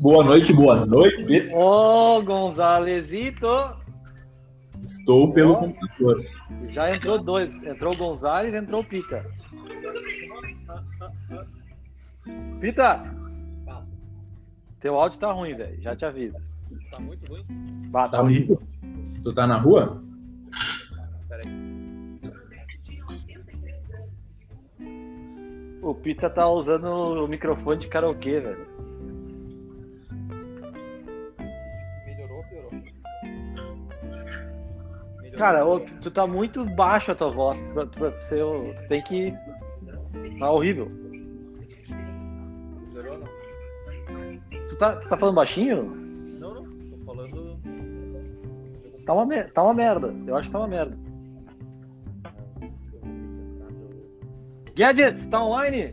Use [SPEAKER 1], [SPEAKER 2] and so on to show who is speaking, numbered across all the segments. [SPEAKER 1] Boa noite, boa noite.
[SPEAKER 2] Ô, Gonzalezito!
[SPEAKER 1] Estou pelo
[SPEAKER 2] Ó.
[SPEAKER 1] computador.
[SPEAKER 2] Já entrou dois. Entrou o Gonzales, entrou o Pita. Pita! Teu áudio tá ruim, velho. Já te aviso.
[SPEAKER 3] Tá muito ruim.
[SPEAKER 2] Bah,
[SPEAKER 1] Tá limpo? Tu tá na rua?
[SPEAKER 2] O Pita tá usando o microfone de karaokê, velho.
[SPEAKER 3] Melhorou ou piorou? Melhorou.
[SPEAKER 2] Cara, ô, tu tá muito baixo a tua voz pra, pra ser o. Tu tem que. Tá horrível.
[SPEAKER 3] Melhorou ou não?
[SPEAKER 2] Tu tá, tu tá falando baixinho?
[SPEAKER 3] Não, não. Tô falando.
[SPEAKER 2] Tá uma, mer- tá uma merda. Eu acho que tá uma merda. Gadgets, tá online?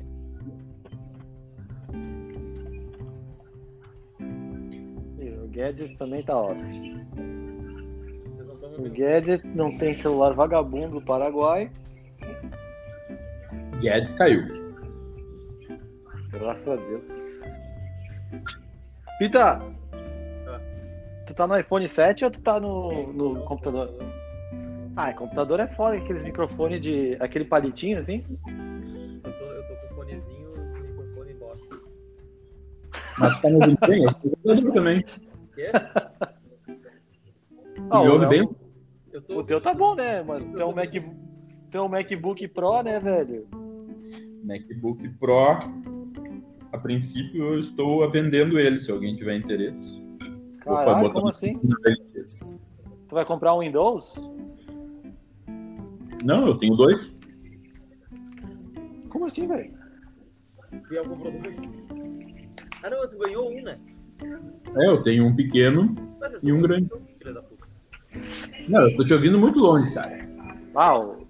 [SPEAKER 2] Ih, O Gadgets também tá ótimo.
[SPEAKER 3] Vocês não estão me
[SPEAKER 2] O
[SPEAKER 3] ouvindo.
[SPEAKER 2] Gadget não tem celular vagabundo do Paraguai.
[SPEAKER 1] Guedes caiu.
[SPEAKER 2] Graças a Deus. Pita! Tu tá no iPhone 7 ou tu tá no, no computador? Ah, computador é foda, aqueles microfones de. aquele palitinho assim.
[SPEAKER 3] Eu tô, eu tô com o fonezinho e microfone bosta.
[SPEAKER 1] Mas tu tá me ouvindo bem? Eu tô ouvindo também.
[SPEAKER 3] O quê?
[SPEAKER 2] Ah,
[SPEAKER 1] me
[SPEAKER 2] o-
[SPEAKER 1] ouve bem?
[SPEAKER 3] Eu tô.
[SPEAKER 2] O teu tá bom, né? Mas tu é um,
[SPEAKER 3] Eu tô
[SPEAKER 2] Mac, tu é um MacBook Pro, né, velho?
[SPEAKER 1] MacBook Pro. A princípio, eu estou vendendo ele, se alguém tiver interesse. Vou
[SPEAKER 2] Caralho,
[SPEAKER 1] botar
[SPEAKER 2] como
[SPEAKER 1] no-
[SPEAKER 2] assim?
[SPEAKER 1] Interesse.
[SPEAKER 2] Tu vai comprar um Windows?
[SPEAKER 1] Não, eu tenho dois.
[SPEAKER 2] Como assim, velho?
[SPEAKER 3] E algum produto? Ah, não, tu ganhou um, né?
[SPEAKER 1] É, eu tenho um pequeno
[SPEAKER 3] Mas vocês
[SPEAKER 1] E um
[SPEAKER 3] estão-
[SPEAKER 1] grande.
[SPEAKER 3] Filha da puta.
[SPEAKER 1] Não, eu tô te ouvindo muito longe, cara.
[SPEAKER 2] Ah, o,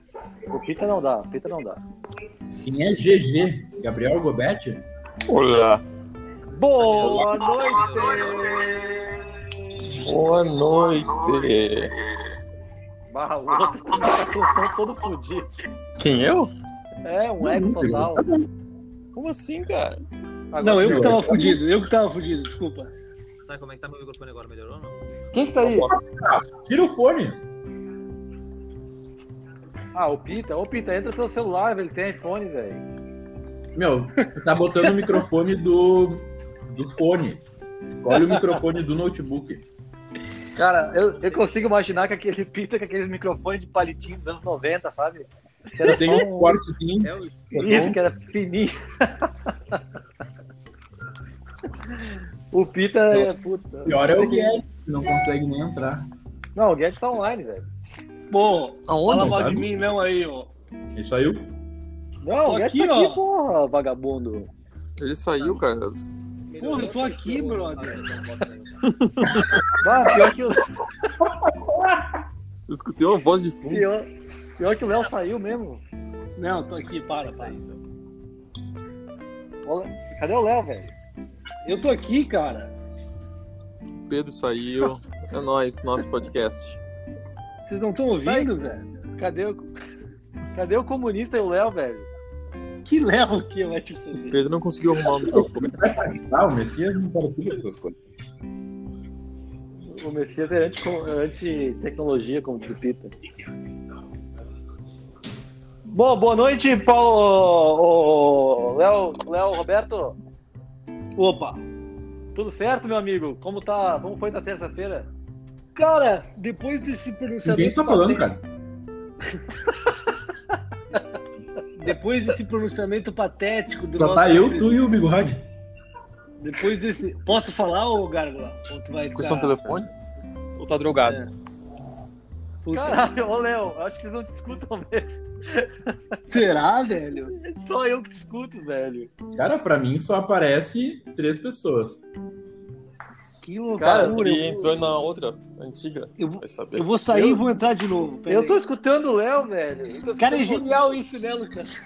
[SPEAKER 2] o Pita não dá, o Pita não dá.
[SPEAKER 1] Quem é GG? Gabriel Gobetti?
[SPEAKER 4] Olá,
[SPEAKER 2] Boa
[SPEAKER 3] Ah,
[SPEAKER 2] noite!
[SPEAKER 4] boa noite.
[SPEAKER 2] Bah, o outro tá com o som todo fudido.
[SPEAKER 4] Quem eu?
[SPEAKER 2] É, um eco total.
[SPEAKER 4] Como assim, cara?
[SPEAKER 2] Agora-
[SPEAKER 5] Não, eu que tava fudido, eu que tava fudido, desculpa.
[SPEAKER 3] Tá, como é que tá meu microfone agora? Melhorou ou não?
[SPEAKER 2] Quem que tá aí?
[SPEAKER 1] Tira o fone.
[SPEAKER 2] Ah, o Pita. Ô, Pita, entra pelo celular, velho. Tem iPhone, velho.
[SPEAKER 1] Meu, você tá botando o microfone do, do fone. Olha o microfone do notebook.
[SPEAKER 2] Cara, eu, eu consigo imaginar que aquele Pita, com aqueles microfones de palitinho dos anos 90, sabe? Que era
[SPEAKER 1] Eu tenho
[SPEAKER 2] só
[SPEAKER 1] um cortezinho.
[SPEAKER 3] É o.
[SPEAKER 4] Tá
[SPEAKER 2] Isso, que era fininho. o Pita é puta.
[SPEAKER 1] Pior é o Guedes, que não consegue nem entrar.
[SPEAKER 2] Não, o Guedes tá online, velho.
[SPEAKER 5] Pô, fala
[SPEAKER 4] Aonde?
[SPEAKER 5] mal de mim não aí, ó.
[SPEAKER 1] Ele saiu.
[SPEAKER 2] Não,
[SPEAKER 5] Tô
[SPEAKER 2] o Guedes
[SPEAKER 5] aqui,
[SPEAKER 2] tá aqui,
[SPEAKER 5] ó.
[SPEAKER 2] porra, vagabundo.
[SPEAKER 4] Ele saiu, cara.
[SPEAKER 3] Melhorou
[SPEAKER 5] Porra, eu tô
[SPEAKER 3] ou
[SPEAKER 5] aqui,
[SPEAKER 3] piorou?
[SPEAKER 5] brother.
[SPEAKER 3] Ah, então bota aí.
[SPEAKER 2] Ah, pior que o,
[SPEAKER 4] Eu escutei uma voz de fundo.
[SPEAKER 2] pior, pior que o Léo saiu mesmo.
[SPEAKER 5] Não, tô aqui, para, para.
[SPEAKER 2] Ó, Cadê o Léo, velho?
[SPEAKER 5] Eu tô aqui, cara.
[SPEAKER 4] Pedro saiu. É nóis, nosso podcast.
[SPEAKER 5] Vocês não estão ouvindo, velho?
[SPEAKER 2] Cadê o, cadê o comunista e o Léo, velho?
[SPEAKER 5] Que levo que vai te fuder.
[SPEAKER 4] Pedro não conseguiu arrumar o microfone.
[SPEAKER 1] Ah, o Messias não partilha essas coisas.
[SPEAKER 2] O Messias é anti- é anti-tecnologia, como diz o Pita. Bom, boa noite, Paulo. ô, Léo, Léo, Roberto.
[SPEAKER 5] Opa.
[SPEAKER 2] Tudo certo, meu amigo? Como tá? Como foi tua terça-feira?
[SPEAKER 5] Cara, depois desse pronunciamento.
[SPEAKER 1] Ninguém tá falando, cara.
[SPEAKER 5] Depois desse pronunciamento patético do
[SPEAKER 1] Só
[SPEAKER 5] nosso.
[SPEAKER 1] tá eu, tu e o Bigode.
[SPEAKER 5] Depois desse. Posso falar, ô Gárgula? Ou tu vai
[SPEAKER 4] Questão
[SPEAKER 5] ficar...
[SPEAKER 4] do telefone? Ou tá drogado?
[SPEAKER 5] Puta,
[SPEAKER 2] Caralho, ô Léo, acho que eles não te escutam mesmo.
[SPEAKER 5] Será, velho?
[SPEAKER 2] Só eu que te escuto, velho.
[SPEAKER 1] Cara, pra mim só aparece três pessoas.
[SPEAKER 5] Que loucura.
[SPEAKER 4] Cara, ele
[SPEAKER 5] eu,
[SPEAKER 4] entrou na outra, antiga.
[SPEAKER 5] eu vou-
[SPEAKER 4] Vai saber.
[SPEAKER 5] eu vou sair e
[SPEAKER 2] Eu-
[SPEAKER 5] vou entrar de novo. pera
[SPEAKER 2] Eu
[SPEAKER 5] aí.
[SPEAKER 2] tô escutando o Léo, velho. Eu tô escutando
[SPEAKER 5] Cara, é
[SPEAKER 2] você.
[SPEAKER 5] genial isso, né, Lucas?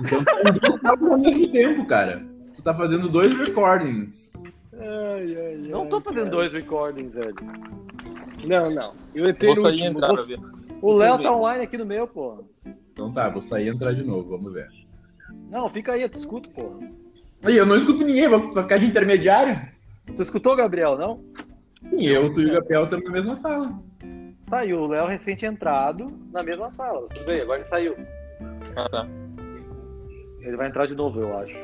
[SPEAKER 1] Então, tu tá ao mesmo tempo, cara. Tu tá fazendo dois recordings.
[SPEAKER 5] Ai, ai, ai.
[SPEAKER 2] Não tô fazendo dois recordings, velho.
[SPEAKER 5] Não, não. Eu entrei
[SPEAKER 4] Vou
[SPEAKER 5] no
[SPEAKER 4] sair e
[SPEAKER 5] último,
[SPEAKER 4] entrar
[SPEAKER 5] vou-
[SPEAKER 4] pra ver.
[SPEAKER 2] O Léo tá
[SPEAKER 5] vendo.
[SPEAKER 2] online aqui no meu, pô.
[SPEAKER 1] Então tá, vou sair e entrar de novo, vamos ver.
[SPEAKER 2] Não, fica aí, eu te escuto, pô.
[SPEAKER 1] Aí, eu não escuto ninguém, vou ficar de intermediário.
[SPEAKER 2] Tu escutou o Gabriel, não?
[SPEAKER 1] Sim, eu, tu e o Gabriel estamos na mesma sala.
[SPEAKER 2] Tá, e o Léo recente entrado na mesma sala. Tudo bem, agora ele saiu.
[SPEAKER 4] Ah, tá.
[SPEAKER 2] Ele vai entrar de novo, eu acho.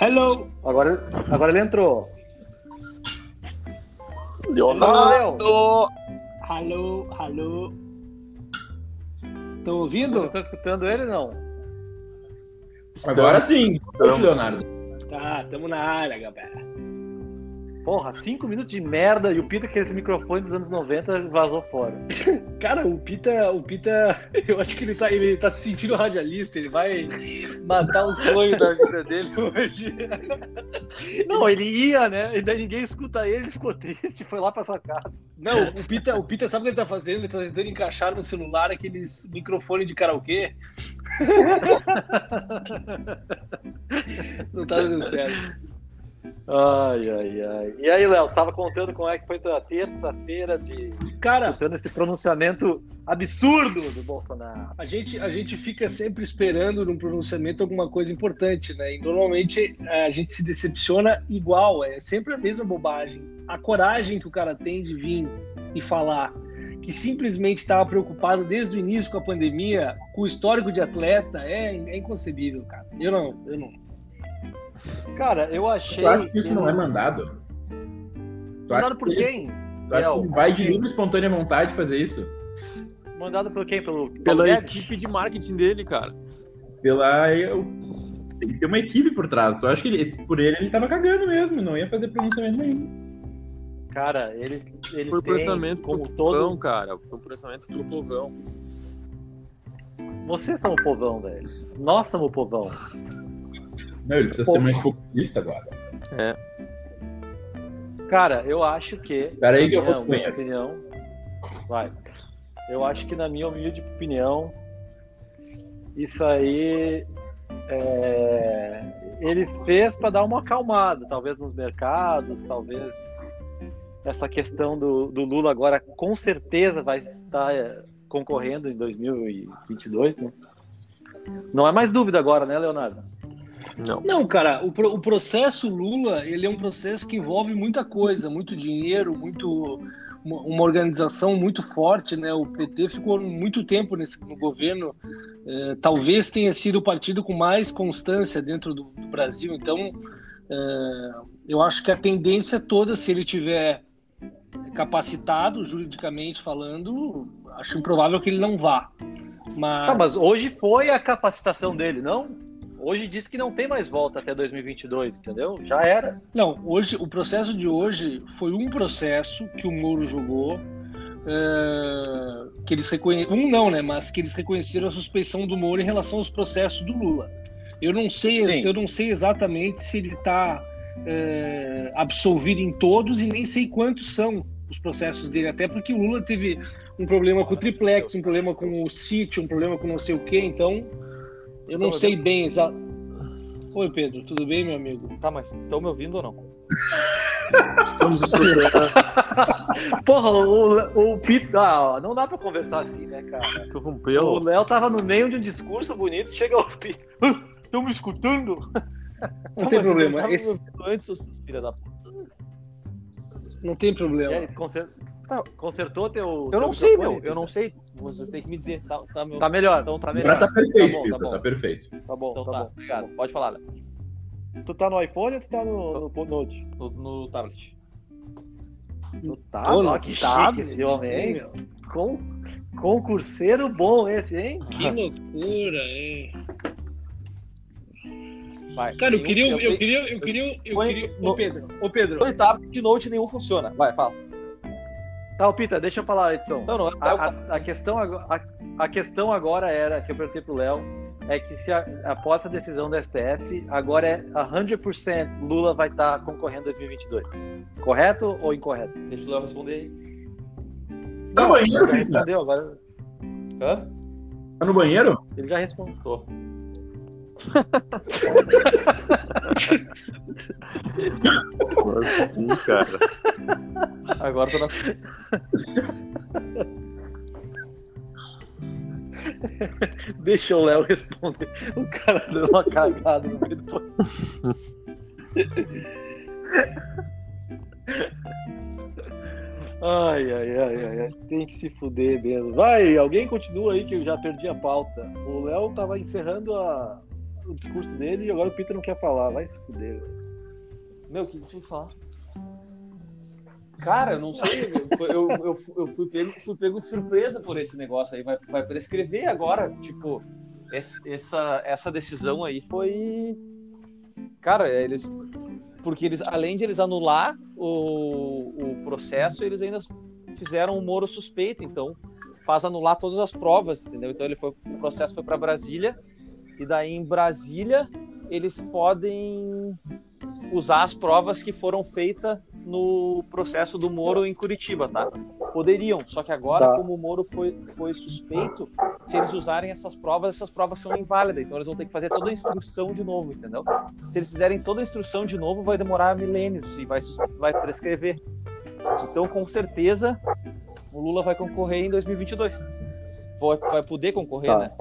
[SPEAKER 5] Hello!
[SPEAKER 2] Agora, agora ele entrou.
[SPEAKER 4] Leonardo!
[SPEAKER 5] Hello, hello. Estão ouvindo?
[SPEAKER 2] Vocês estão escutando ele não?
[SPEAKER 1] Agora sim. Hoje, Leonardo.
[SPEAKER 5] Tá, tamo na área, galera.
[SPEAKER 2] Porra, cinco minutos de merda e o Pita, aquele microfone dos anos 90, vazou fora.
[SPEAKER 5] Cara, o Pita, o Pita, eu acho que ele tá, ele tá se sentindo radialista, ele vai matar o sonho da vida dele hoje.
[SPEAKER 2] Não, ele ia, né? E daí ninguém escuta ele, ele ficou triste, foi lá pra sua casa.
[SPEAKER 5] Não, o Pita, o Pita sabe o que ele tá fazendo? Ele tá tentando encaixar no celular aqueles microfones de karaokê. Não tá dando certo.
[SPEAKER 2] Ai, ai, ai. E aí, Léo, tava contando como é que foi tua terça-feira de
[SPEAKER 5] Cara,
[SPEAKER 2] escutando esse pronunciamento absurdo do Bolsonaro.
[SPEAKER 5] a gente, a gente fica sempre esperando num pronunciamento alguma coisa importante, né? E normalmente é, a gente se decepciona igual, é sempre a mesma bobagem. A coragem que o cara tem de vir e falar que simplesmente estava preocupado desde o início com a pandemia, com o histórico de atleta, é, é inconcebível, cara. Eu não, eu não.
[SPEAKER 2] Cara, eu achei.
[SPEAKER 1] Tu acha que isso não é mandado? Tu acha
[SPEAKER 2] Mandado por
[SPEAKER 1] que-
[SPEAKER 2] quem?
[SPEAKER 1] Tu acha
[SPEAKER 2] Léo,
[SPEAKER 1] que vai de
[SPEAKER 2] quem?
[SPEAKER 1] livre e espontânea vontade fazer isso?
[SPEAKER 2] Mandado por quem? Pelo.
[SPEAKER 4] Pela
[SPEAKER 2] Paulo
[SPEAKER 4] equipe de marketing dele, cara.
[SPEAKER 1] Pela. Eu... Tem que ter uma equipe por trás. Tu acha que ele- esse- por ele ele tava cagando mesmo, não ia fazer pronunciamento nenhum.
[SPEAKER 2] Guedes? Cara, ele, ele
[SPEAKER 4] Foi um
[SPEAKER 2] tem,
[SPEAKER 4] pensamento
[SPEAKER 2] como
[SPEAKER 4] pro
[SPEAKER 2] todo.
[SPEAKER 4] povão, cara. Foi um pensamento pro povão.
[SPEAKER 2] Vocês são o povão, velho. Nós somos o povão.
[SPEAKER 1] Não, ele precisa
[SPEAKER 2] Pô.
[SPEAKER 1] ser mais populista agora.
[SPEAKER 2] Cara, eu acho que.
[SPEAKER 1] Pera aí que eu vou
[SPEAKER 2] na
[SPEAKER 1] pro
[SPEAKER 2] minha
[SPEAKER 1] banheiro.
[SPEAKER 2] opinião. Vai. Eu acho que, na minha humilde opinião, isso aí. é, ele fez para dar uma acalmada, talvez nos mercados, talvez essa questão do, do Lula agora com certeza vai estar é, concorrendo em 2022, né? Não é mais dúvida agora, né, Leonardo?
[SPEAKER 4] Não.
[SPEAKER 5] Não, cara, o, pro- o processo Lula, ele é um processo que envolve muita coisa, muito dinheiro, muito uma uma organização muito forte, né? O PT ficou muito tempo nesse no governo, eh, talvez tenha sido o partido com mais constância dentro do, do Brasil. Então, eh, eu acho que a tendência é toda, se ele tiver capacitado juridicamente falando, acho improvável que ele não vá. Mas,
[SPEAKER 2] Tá, mas hoje foi a capacitação dele, não? Hoje diz que não tem mais volta até 2022, entendeu? Já era.
[SPEAKER 5] Não, hoje o processo de hoje foi um processo que o Moro julgou, eh, que eles reconheceram, um não, né? Mas que eles reconheceram a suspeição do Moro em relação aos processos do Lula. Eu não sei,
[SPEAKER 2] Sim.
[SPEAKER 5] eu não sei exatamente se ele está absolvido em todos e nem sei quantos são os processos dele, até porque o Lula teve um problema com o triplex, um problema com o sítio, um problema com não sei o quê. Então, eu não
[SPEAKER 6] Estamos
[SPEAKER 5] sei bem exato. Oi, Pedro, tudo bem, meu amigo?
[SPEAKER 6] Tá, mas estão me ouvindo ou não?
[SPEAKER 4] Estamos
[SPEAKER 1] tá
[SPEAKER 4] esperando.
[SPEAKER 2] Porra, o, o Pito. Ah, ó, não dá pra conversar assim, né, cara? O
[SPEAKER 4] Interrompeu.
[SPEAKER 2] Léo tava no meio de um discurso bonito, chega o Pito. Estão me escutando?
[SPEAKER 5] Não tem
[SPEAKER 6] mas
[SPEAKER 5] problema.
[SPEAKER 6] vocês
[SPEAKER 5] Esse,
[SPEAKER 6] não estavam me ouvindo Antes, seus filha da puta.
[SPEAKER 5] Não tem
[SPEAKER 2] E
[SPEAKER 5] problema.
[SPEAKER 2] aí, conser...
[SPEAKER 6] Tá.
[SPEAKER 2] Consertou teu.
[SPEAKER 6] Eu
[SPEAKER 2] teu
[SPEAKER 6] não sei, meu.
[SPEAKER 2] microfone?
[SPEAKER 6] Eu não sei. Vocês têm que me dizer. Tá, tá, meu...
[SPEAKER 2] Tá melhor.
[SPEAKER 6] Então tá
[SPEAKER 1] Agora
[SPEAKER 6] melhor.
[SPEAKER 1] tá perfeito,
[SPEAKER 6] bom, tá
[SPEAKER 1] Pita,
[SPEAKER 6] bom.
[SPEAKER 1] tá perfeito.
[SPEAKER 2] Tá bom,
[SPEAKER 6] Então
[SPEAKER 2] tá,
[SPEAKER 6] tá,
[SPEAKER 2] bom.
[SPEAKER 6] obrigado. Pode falar, Léo.
[SPEAKER 2] Tu tá no iPhone ou tu tá no, no Note?
[SPEAKER 6] no, no tablet.
[SPEAKER 2] No
[SPEAKER 6] Tá,
[SPEAKER 5] Ô,
[SPEAKER 2] tablet, ó, Ah, que
[SPEAKER 5] tá,
[SPEAKER 2] chique esse homem,
[SPEAKER 5] hein,
[SPEAKER 2] hein?
[SPEAKER 5] meu?
[SPEAKER 2] Con... Concurseiro bom esse, hein?
[SPEAKER 5] Que loucura, hein?
[SPEAKER 6] Vai.
[SPEAKER 5] Cara, eu
[SPEAKER 6] Nenhum-
[SPEAKER 5] queria. um- Eu
[SPEAKER 6] tenho-
[SPEAKER 5] queria. Eu queria. Eu
[SPEAKER 6] Põe
[SPEAKER 5] queria.
[SPEAKER 6] no-
[SPEAKER 5] Ô, Pedro. Ô, Pedro.
[SPEAKER 6] No tablet de note nenhum funciona. Vai, fala.
[SPEAKER 2] Tá, ô, Pita, deixa eu falar, Edson.
[SPEAKER 6] Não, não. É,
[SPEAKER 5] Ah,
[SPEAKER 2] A,
[SPEAKER 6] é o tablet.
[SPEAKER 2] a- a questão agora, a, a questão agora era, que eu perguntei pro Léo, é que se a- após a decisão do STF, agora é 100% Lula vai estar concorrendo em 2022. Correto ou incorreto?
[SPEAKER 6] Deixa o Léo responder aí.
[SPEAKER 1] Tá no
[SPEAKER 2] ele já
[SPEAKER 1] banheiro, Pita?
[SPEAKER 2] respondeu agora.
[SPEAKER 6] Hã?
[SPEAKER 1] Tá no banheiro?
[SPEAKER 2] Ele já respondeu.
[SPEAKER 6] Tô.
[SPEAKER 4] Como assim, cara?
[SPEAKER 6] Agora tô na.
[SPEAKER 2] Deixa o Léo responder. O cara deu uma cagada no meio do podcast. Ai, ai, ai, ai, ai, tem que se fuder mesmo. Vai, alguém continua aí que eu já perdi a pauta. O Léo tava encerrando a- o discurso dele e agora o Peter não quer falar. Vai se fuder.
[SPEAKER 6] Meu, o que eu tinha que falar? Cara, eu não sei. Eu, fui- eu, eu fui- eu fui, pego, fui pego de surpresa por esse negócio aí. Vai, vai prescrever agora. Tipo, esse- essa, essa decisão aí foi. Cara, eles. Porque eles, além de eles anular o, o processo, eles ainda fizeram o Moro suspeito. Então, faz anular todas as provas, entendeu? Então, ele foi, o processo foi para Brasília. E daí, em Brasília, eles podem usar as provas que foram feitas no processo do Moro em Curitiba, tá? Poderiam, só que agora,
[SPEAKER 2] Tá.
[SPEAKER 6] como o Moro foi, foi suspeito, se eles usarem essas provas, essas provas são inválidas, então eles vão ter que fazer toda a instrução de novo, entendeu? Se eles fizerem toda a instrução de novo, vai demorar milênios e vai, vai prescrever. Então, com certeza, o Lula vai concorrer em 2022. Vai, vai poder concorrer,
[SPEAKER 2] Tá.
[SPEAKER 6] né?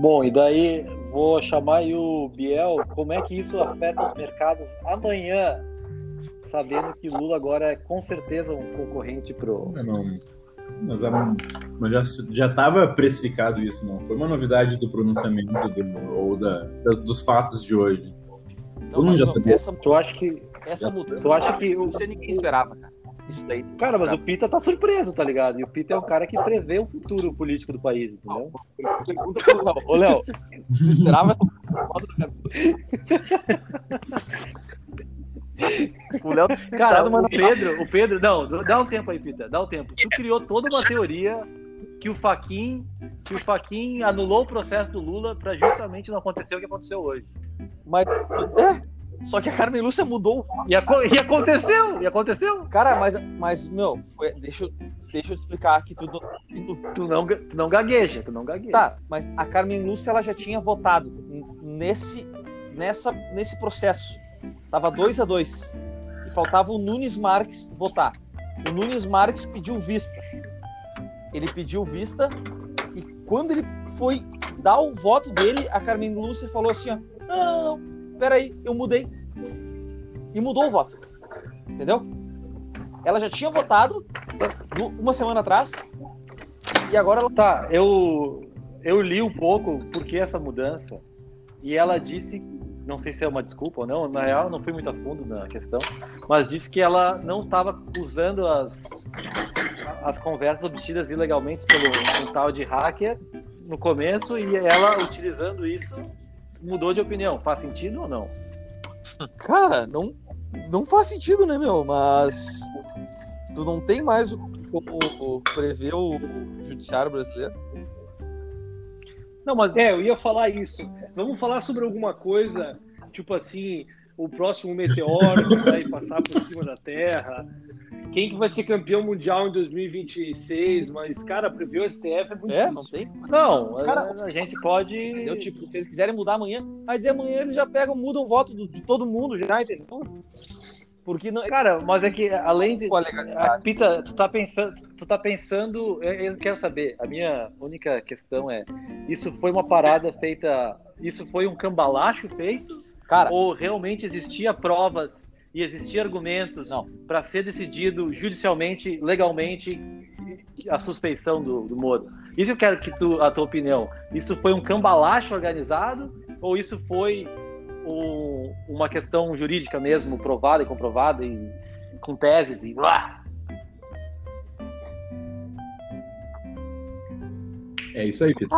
[SPEAKER 2] Bom, e daí vou chamar aí o Biel. Como é que isso afeta os mercados amanhã? Sabendo que Lula agora é com certeza um concorrente pro.
[SPEAKER 1] Eu não- Mas, era um- mas já já estava precificado isso, não? Foi uma novidade do pronunciamento do, ou da, das- dos fatos de hoje.
[SPEAKER 6] Não,
[SPEAKER 1] Todo mundo
[SPEAKER 6] Então, mas
[SPEAKER 1] já
[SPEAKER 6] não,
[SPEAKER 1] sabia.
[SPEAKER 6] Essa,
[SPEAKER 2] Tu acha que.
[SPEAKER 6] essa mudança,
[SPEAKER 2] Tu acha que. O...
[SPEAKER 6] isso aí ninguém esperava, cara. Isso daí
[SPEAKER 2] Cara, mas o Pita tá surpreso, tá ligado? E o Pita é um cara que prevê o futuro político do país, entendeu?
[SPEAKER 6] Pergunta pro Léo. Ô, Léo, tu esperava essa foto do cara? O Léo tá
[SPEAKER 2] Cara,
[SPEAKER 6] Tá, mano.
[SPEAKER 2] o Pedro, o Pedro, não, dá um tempo aí, Pita, dá um tempo. Tu criou toda uma teoria que o Faquin, que o Faquin anulou o processo do Lula pra justamente não acontecer o que aconteceu hoje.
[SPEAKER 6] Mas. É. Só que a Carmen Lúcia mudou.
[SPEAKER 2] E, aco- e aconteceu, e aconteceu.
[SPEAKER 6] Cara, mas, mas meu, foi- deixa, eu- deixa eu explicar aqui tudo. tudo-
[SPEAKER 2] Tu não, ga- tu não gagueja, tu não gagueja.
[SPEAKER 6] Tá, mas a Carmen Lúcia ela já tinha votado n- nesse, nessa, nesse processo. Tava 2 a 2 E faltava o Nunes Marques votar. O Nunes Marques pediu vista. Ele pediu vista e quando ele foi dar o voto dele, a Carmen Lúcia falou assim: ó, não, peraí, eu mudei. E mudou o voto. Entendeu? Ela já tinha votado du- uma semana atrás e agora ela
[SPEAKER 2] Tá, eu, eu li um pouco por que essa mudança. E ela disse, não sei se é uma desculpa ou não, na real eu não fui muito a fundo na questão, mas disse que ela não estava usando as, as conversas obtidas ilegalmente pelo um tal de hacker no começo e ela utilizando isso mudou de opinião. Faz sentido ou não?
[SPEAKER 6] Cara, não, não faz sentido, né, meu? Mas tu não tem mais o, como prever o judiciário brasileiro.
[SPEAKER 5] Não, mas é, eu ia falar isso. Vamos falar sobre alguma coisa, tipo assim, o próximo meteoro que vai passar por cima da Terra. Quem que vai ser campeão mundial em 2026? Mas, cara, prever o STF é muito
[SPEAKER 6] É, não
[SPEAKER 5] difícil.
[SPEAKER 6] tem.
[SPEAKER 2] Não,
[SPEAKER 6] Cara,
[SPEAKER 2] a, a gente pode.
[SPEAKER 6] Entendeu? Tipo, se eles quiserem mudar amanhã, mas amanhã eles já pegam, mudam o voto do- de todo mundo, já, entendeu? Porque não.
[SPEAKER 2] Cara, mas é que além de,
[SPEAKER 6] Com é a legalidade.
[SPEAKER 2] Ah, Pita, tu tá pensando, tu tá pensando, eu eu quero saber, a minha única questão é, isso foi uma parada feita, isso foi um cambalacho feito
[SPEAKER 6] Cara,
[SPEAKER 2] ou realmente existia provas e existia argumentos
[SPEAKER 6] Não.
[SPEAKER 2] para ser decidido judicialmente, legalmente a suspeição do, do Moro? Isso eu quero que tu, a tua opinião. Isso foi um cambalacho organizado ou isso foi um- uma questão jurídica mesmo, provada e comprovada e com teses e blá?
[SPEAKER 1] É isso aí, Pita.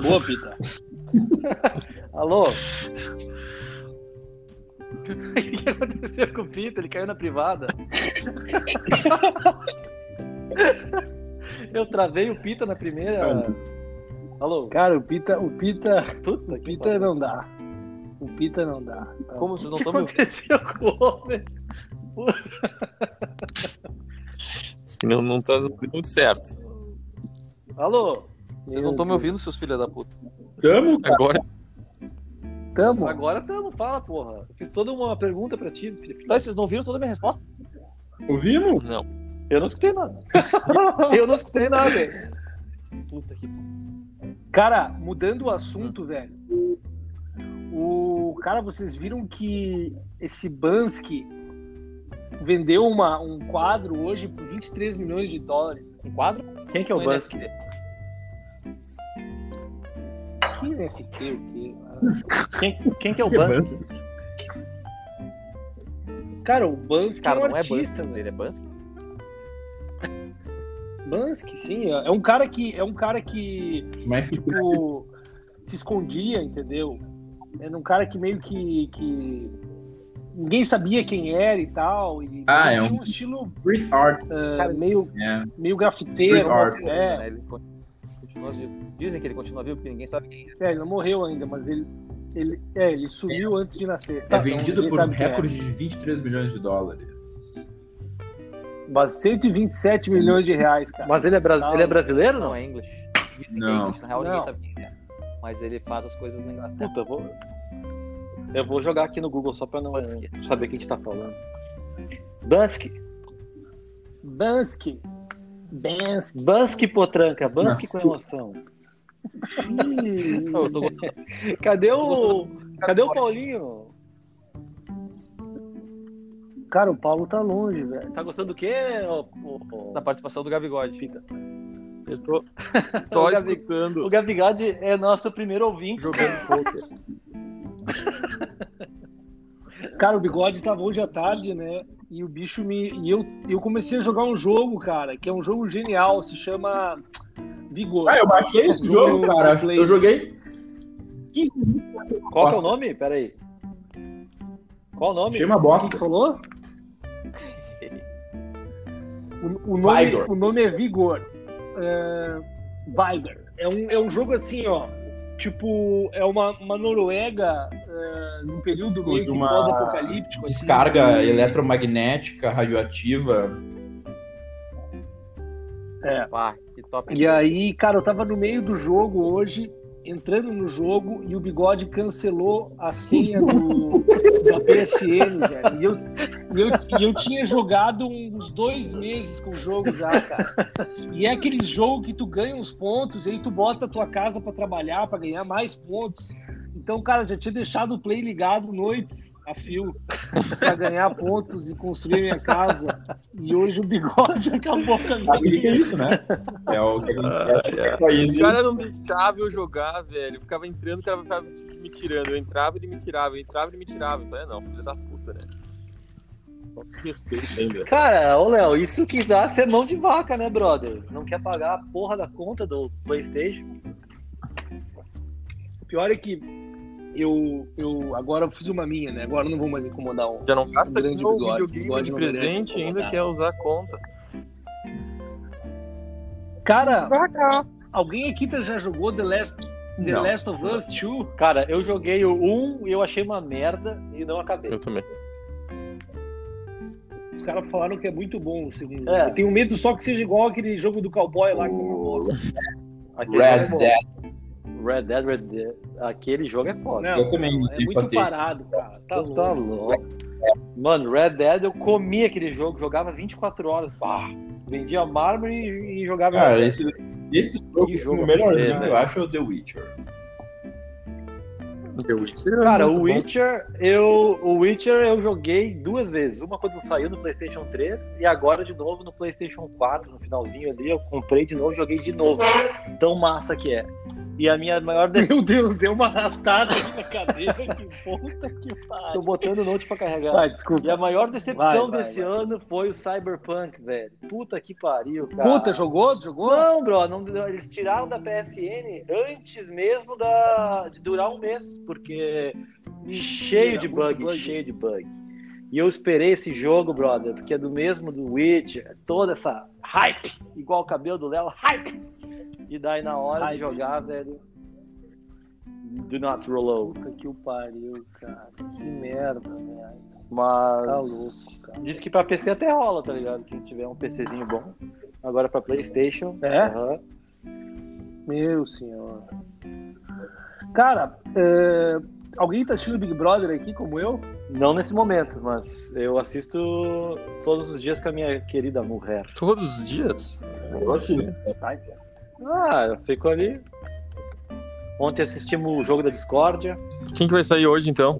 [SPEAKER 5] Boa, Pita.
[SPEAKER 2] Alô? O que aconteceu com o Pita? Ele caiu na privada. Eu travei o Pita na primeira. Alô?
[SPEAKER 5] Cara, o Pita, o Pita,
[SPEAKER 2] Puta,
[SPEAKER 5] o
[SPEAKER 2] que
[SPEAKER 5] Pita
[SPEAKER 2] pariu.
[SPEAKER 5] não dá. O Pita não dá. Tá?
[SPEAKER 6] como vocês não
[SPEAKER 2] O que aconteceu
[SPEAKER 6] estão me
[SPEAKER 2] com o homem?
[SPEAKER 4] Não, não tá dando muito certo.
[SPEAKER 2] Alô?
[SPEAKER 6] Vocês não estão me ouvindo, seus filhos da puta.
[SPEAKER 1] Tamo,
[SPEAKER 4] Agora
[SPEAKER 5] Tamo?
[SPEAKER 2] Agora tamo, fala, porra. Eu fiz toda uma pergunta pra ti, Felipe.
[SPEAKER 6] Tá, vocês não viram toda a minha resposta?
[SPEAKER 1] ouvimos?
[SPEAKER 4] não.
[SPEAKER 2] Eu não escutei nada. Eu não escutei nada.
[SPEAKER 6] Puta que.
[SPEAKER 5] Cara, mudando o assunto, velho. o cara, vocês viram que esse Bansky vendeu uma, um quadro hoje por 23 milhões de dólares.
[SPEAKER 6] Um quadro?
[SPEAKER 2] Quem que é o
[SPEAKER 6] Um
[SPEAKER 2] Bansky?
[SPEAKER 6] NFT.
[SPEAKER 5] Que NFT, o quê?
[SPEAKER 2] Quem, quem que é o Bansky?
[SPEAKER 5] Cara, o Bansky
[SPEAKER 6] Cara,
[SPEAKER 5] é um
[SPEAKER 6] não é
[SPEAKER 5] artista,
[SPEAKER 6] Bansky. Ele é Bansky?
[SPEAKER 5] velho. Bansky, sim, é um cara que é um cara que
[SPEAKER 1] Mas que
[SPEAKER 5] tipo, se escondia, entendeu? Era um cara que meio que, que ninguém sabia quem era e tal. E
[SPEAKER 1] Ah, é
[SPEAKER 5] ele tinha
[SPEAKER 1] um-
[SPEAKER 5] um estilo
[SPEAKER 1] street art,
[SPEAKER 5] ah, meio,
[SPEAKER 1] né?
[SPEAKER 5] meio
[SPEAKER 1] Street
[SPEAKER 5] grafiteiro,
[SPEAKER 1] art.
[SPEAKER 5] é,
[SPEAKER 6] Né? Ele continua vivo. Dizem que ele continua vivo, porque ninguém sabe quem é.
[SPEAKER 5] É, ele não morreu ainda, mas ele, ele, é, ele sumiu antes de nascer.
[SPEAKER 1] É
[SPEAKER 5] Tá,
[SPEAKER 1] vendido
[SPEAKER 5] então ninguém
[SPEAKER 1] por um
[SPEAKER 5] sabe quem é.
[SPEAKER 1] recorde de 23 milhões de dólares.
[SPEAKER 5] Mas 127 milhões de reais, cara.
[SPEAKER 2] Mas ele é, bras...
[SPEAKER 5] Não.
[SPEAKER 2] ele é brasileiro,
[SPEAKER 6] Não
[SPEAKER 2] não?
[SPEAKER 6] é English. Ninguém
[SPEAKER 1] Não.
[SPEAKER 6] É English. Na real,
[SPEAKER 5] Não.
[SPEAKER 6] ninguém sabe quem é. Mas ele faz as coisas na Inglaterra.
[SPEAKER 2] Puta, eu vou... Eu vou jogar aqui no Google só pra não saber o que a gente tá falando. Bansky.
[SPEAKER 5] Bansky. Bansky.
[SPEAKER 2] Bansky Potranca. Bansky
[SPEAKER 1] Nossa.
[SPEAKER 2] com emoção.
[SPEAKER 6] Eu tô gostando.
[SPEAKER 2] Cadê
[SPEAKER 6] Tô
[SPEAKER 2] o... Cadê o Paulinho?
[SPEAKER 5] Cara, o Paulo tá longe, velho.
[SPEAKER 2] Tá gostando do quê? ô- ô- ô?
[SPEAKER 6] da participação do Gabigode.
[SPEAKER 4] Eu tô, tô
[SPEAKER 2] O Gabi-
[SPEAKER 4] escutando.
[SPEAKER 2] O Gabigode é nosso primeiro ouvinte.
[SPEAKER 4] Jogando poker.
[SPEAKER 5] Cara, o bigode tava hoje à tarde, né? E o bicho me. E eu, eu comecei a jogar um jogo, cara, que é um jogo genial, se chama Vigor.
[SPEAKER 1] Ah, eu baixei esse jogo, cara. Eu joguei.
[SPEAKER 2] Qual que é
[SPEAKER 1] Bosta.
[SPEAKER 2] o nome? Pera aí. Qual o nome?
[SPEAKER 1] Achei uma
[SPEAKER 5] O que
[SPEAKER 1] bosta.
[SPEAKER 5] falou? O, o nome,
[SPEAKER 1] Vigor.
[SPEAKER 5] o nome é Vigor. É, Vigor. É um, é um jogo assim, ó. Tipo, é uma, uma Noruega é, num período
[SPEAKER 1] Tipo
[SPEAKER 5] meio
[SPEAKER 1] De
[SPEAKER 5] que
[SPEAKER 1] uma
[SPEAKER 5] pós-apocalíptico. assim.
[SPEAKER 1] Descarga eletromagnética, radioativa.
[SPEAKER 6] Pá, que top.
[SPEAKER 5] E aí, cara, eu tava no meio do jogo hoje, entrando no jogo, e o bigode cancelou a senha do, da PSN, velho. E eu, e, eu, e eu tinha jogado um, uns dois meses com o jogo já, cara. E é aquele jogo que tu ganha uns pontos, e aí tu bota a tua casa pra trabalhar, pra ganhar mais pontos. Então, cara, eu já tinha deixado o play ligado noites a fio pra ganhar pontos e construir minha casa. E hoje o bigode acabou com a minha
[SPEAKER 1] Sabe que é isso, né? É o que acontece
[SPEAKER 4] Ah, é.
[SPEAKER 1] no país.
[SPEAKER 4] O cara não deixava eu jogar, velho. Eu ficava entrando, o cara ficava me tirando. Eu entrava, ele me tirava. Eu entrava, ele me tirava. Eu falei, não, filho da puta, né? Só que respeito ainda.
[SPEAKER 2] Cara, ô Léo, isso que dá ser mão de vaca, né, brother? Não quer pagar a porra da conta do Playstation?
[SPEAKER 5] pior é que eu, eu agora eu fiz uma minha, né? Agora eu não vou mais incomodar um.
[SPEAKER 4] Já não gasta
[SPEAKER 5] Grande
[SPEAKER 4] de novo
[SPEAKER 5] bigode,
[SPEAKER 4] videogame
[SPEAKER 5] bigode
[SPEAKER 4] de
[SPEAKER 5] não merece
[SPEAKER 4] presente
[SPEAKER 5] incomodar.
[SPEAKER 4] ainda quer usar a conta.
[SPEAKER 5] Cara, alguém aqui tá- já jogou The Last, The
[SPEAKER 1] Não.
[SPEAKER 5] Last of Us 2?
[SPEAKER 2] Cara, eu joguei o 1 e eu achei uma merda e não acabei.
[SPEAKER 4] também.
[SPEAKER 5] Os caras falaram que é muito bom o segundo.
[SPEAKER 2] É.
[SPEAKER 5] Eu tenho medo só que seja igual aquele jogo do cowboy lá que eu não
[SPEAKER 1] O
[SPEAKER 5] gosto.
[SPEAKER 2] Aquele
[SPEAKER 1] Red
[SPEAKER 2] jogo é
[SPEAKER 1] Dead.
[SPEAKER 2] bom. Red Dead, Red Dead. Aquele jogo é foda.
[SPEAKER 5] Não,
[SPEAKER 1] Eu também
[SPEAKER 5] é
[SPEAKER 1] tive
[SPEAKER 5] muito
[SPEAKER 1] paciência.
[SPEAKER 5] parado, cara. Tá
[SPEAKER 2] Tu tá
[SPEAKER 5] louco.
[SPEAKER 2] louco. Mano, Red Dead, eu comia aquele jogo, jogava 24 horas. Bah, vendia mármore e, e jogava.
[SPEAKER 1] Cara, esse, esse jogo,
[SPEAKER 2] né? Que
[SPEAKER 1] assim,
[SPEAKER 2] jogo
[SPEAKER 1] o melhorzinho,
[SPEAKER 2] foda, né?
[SPEAKER 1] eu acho, é o The Witcher.
[SPEAKER 2] Cara, o Witcher, eu, o Witcher eu joguei duas vezes. Uma quando saiu no PlayStation 3 e agora de novo no PlayStation 4, no finalzinho ali. Eu comprei de novo, joguei de novo. Tão massa que é. E a minha maior decepção.
[SPEAKER 5] Meu Deus, deu uma arrastada na cadeira. que puta que
[SPEAKER 2] Tô
[SPEAKER 5] pariu.
[SPEAKER 2] botando o note pra carregar.
[SPEAKER 5] Vai,
[SPEAKER 2] E
[SPEAKER 5] desculpa.
[SPEAKER 2] a maior decepção
[SPEAKER 5] Vai, vai,
[SPEAKER 2] desse ano foi o Cyberpunk, velho. Puta que pariu, cara.
[SPEAKER 5] Puta, jogou? Jogou?
[SPEAKER 2] Não, bro, não- não- eles tiraram da PSN antes mesmo da- de durar um mês, porque cheio de
[SPEAKER 5] muito
[SPEAKER 2] bug,
[SPEAKER 5] bug.
[SPEAKER 2] cheio de bug. E eu esperei esse jogo, brother, porque é do mesmo do Witcher, toda essa hype, igual o cabelo do Léo, hype! E daí na hora de
[SPEAKER 5] Hype.
[SPEAKER 2] jogar, velho, do not roll out.
[SPEAKER 5] Puta que o pariu, cara. Que merda, velho.
[SPEAKER 2] Mas
[SPEAKER 5] Tá louco, cara.
[SPEAKER 2] diz que pra PC até rola, tá ligado? Quem tiver um PCzinho bom. Agora pra Playstation,
[SPEAKER 5] É?
[SPEAKER 2] aham.
[SPEAKER 5] Meu senhor. Cara, é, alguém tá assistindo Big Brother aqui, como eu?
[SPEAKER 2] Não nesse momento, mas eu assisto todos os dias com a minha querida mulher.
[SPEAKER 4] Todos os dias?
[SPEAKER 2] Ah, eu fico ali. Ontem assistimos o jogo da discórdia.
[SPEAKER 4] Quem que vai sair hoje, então?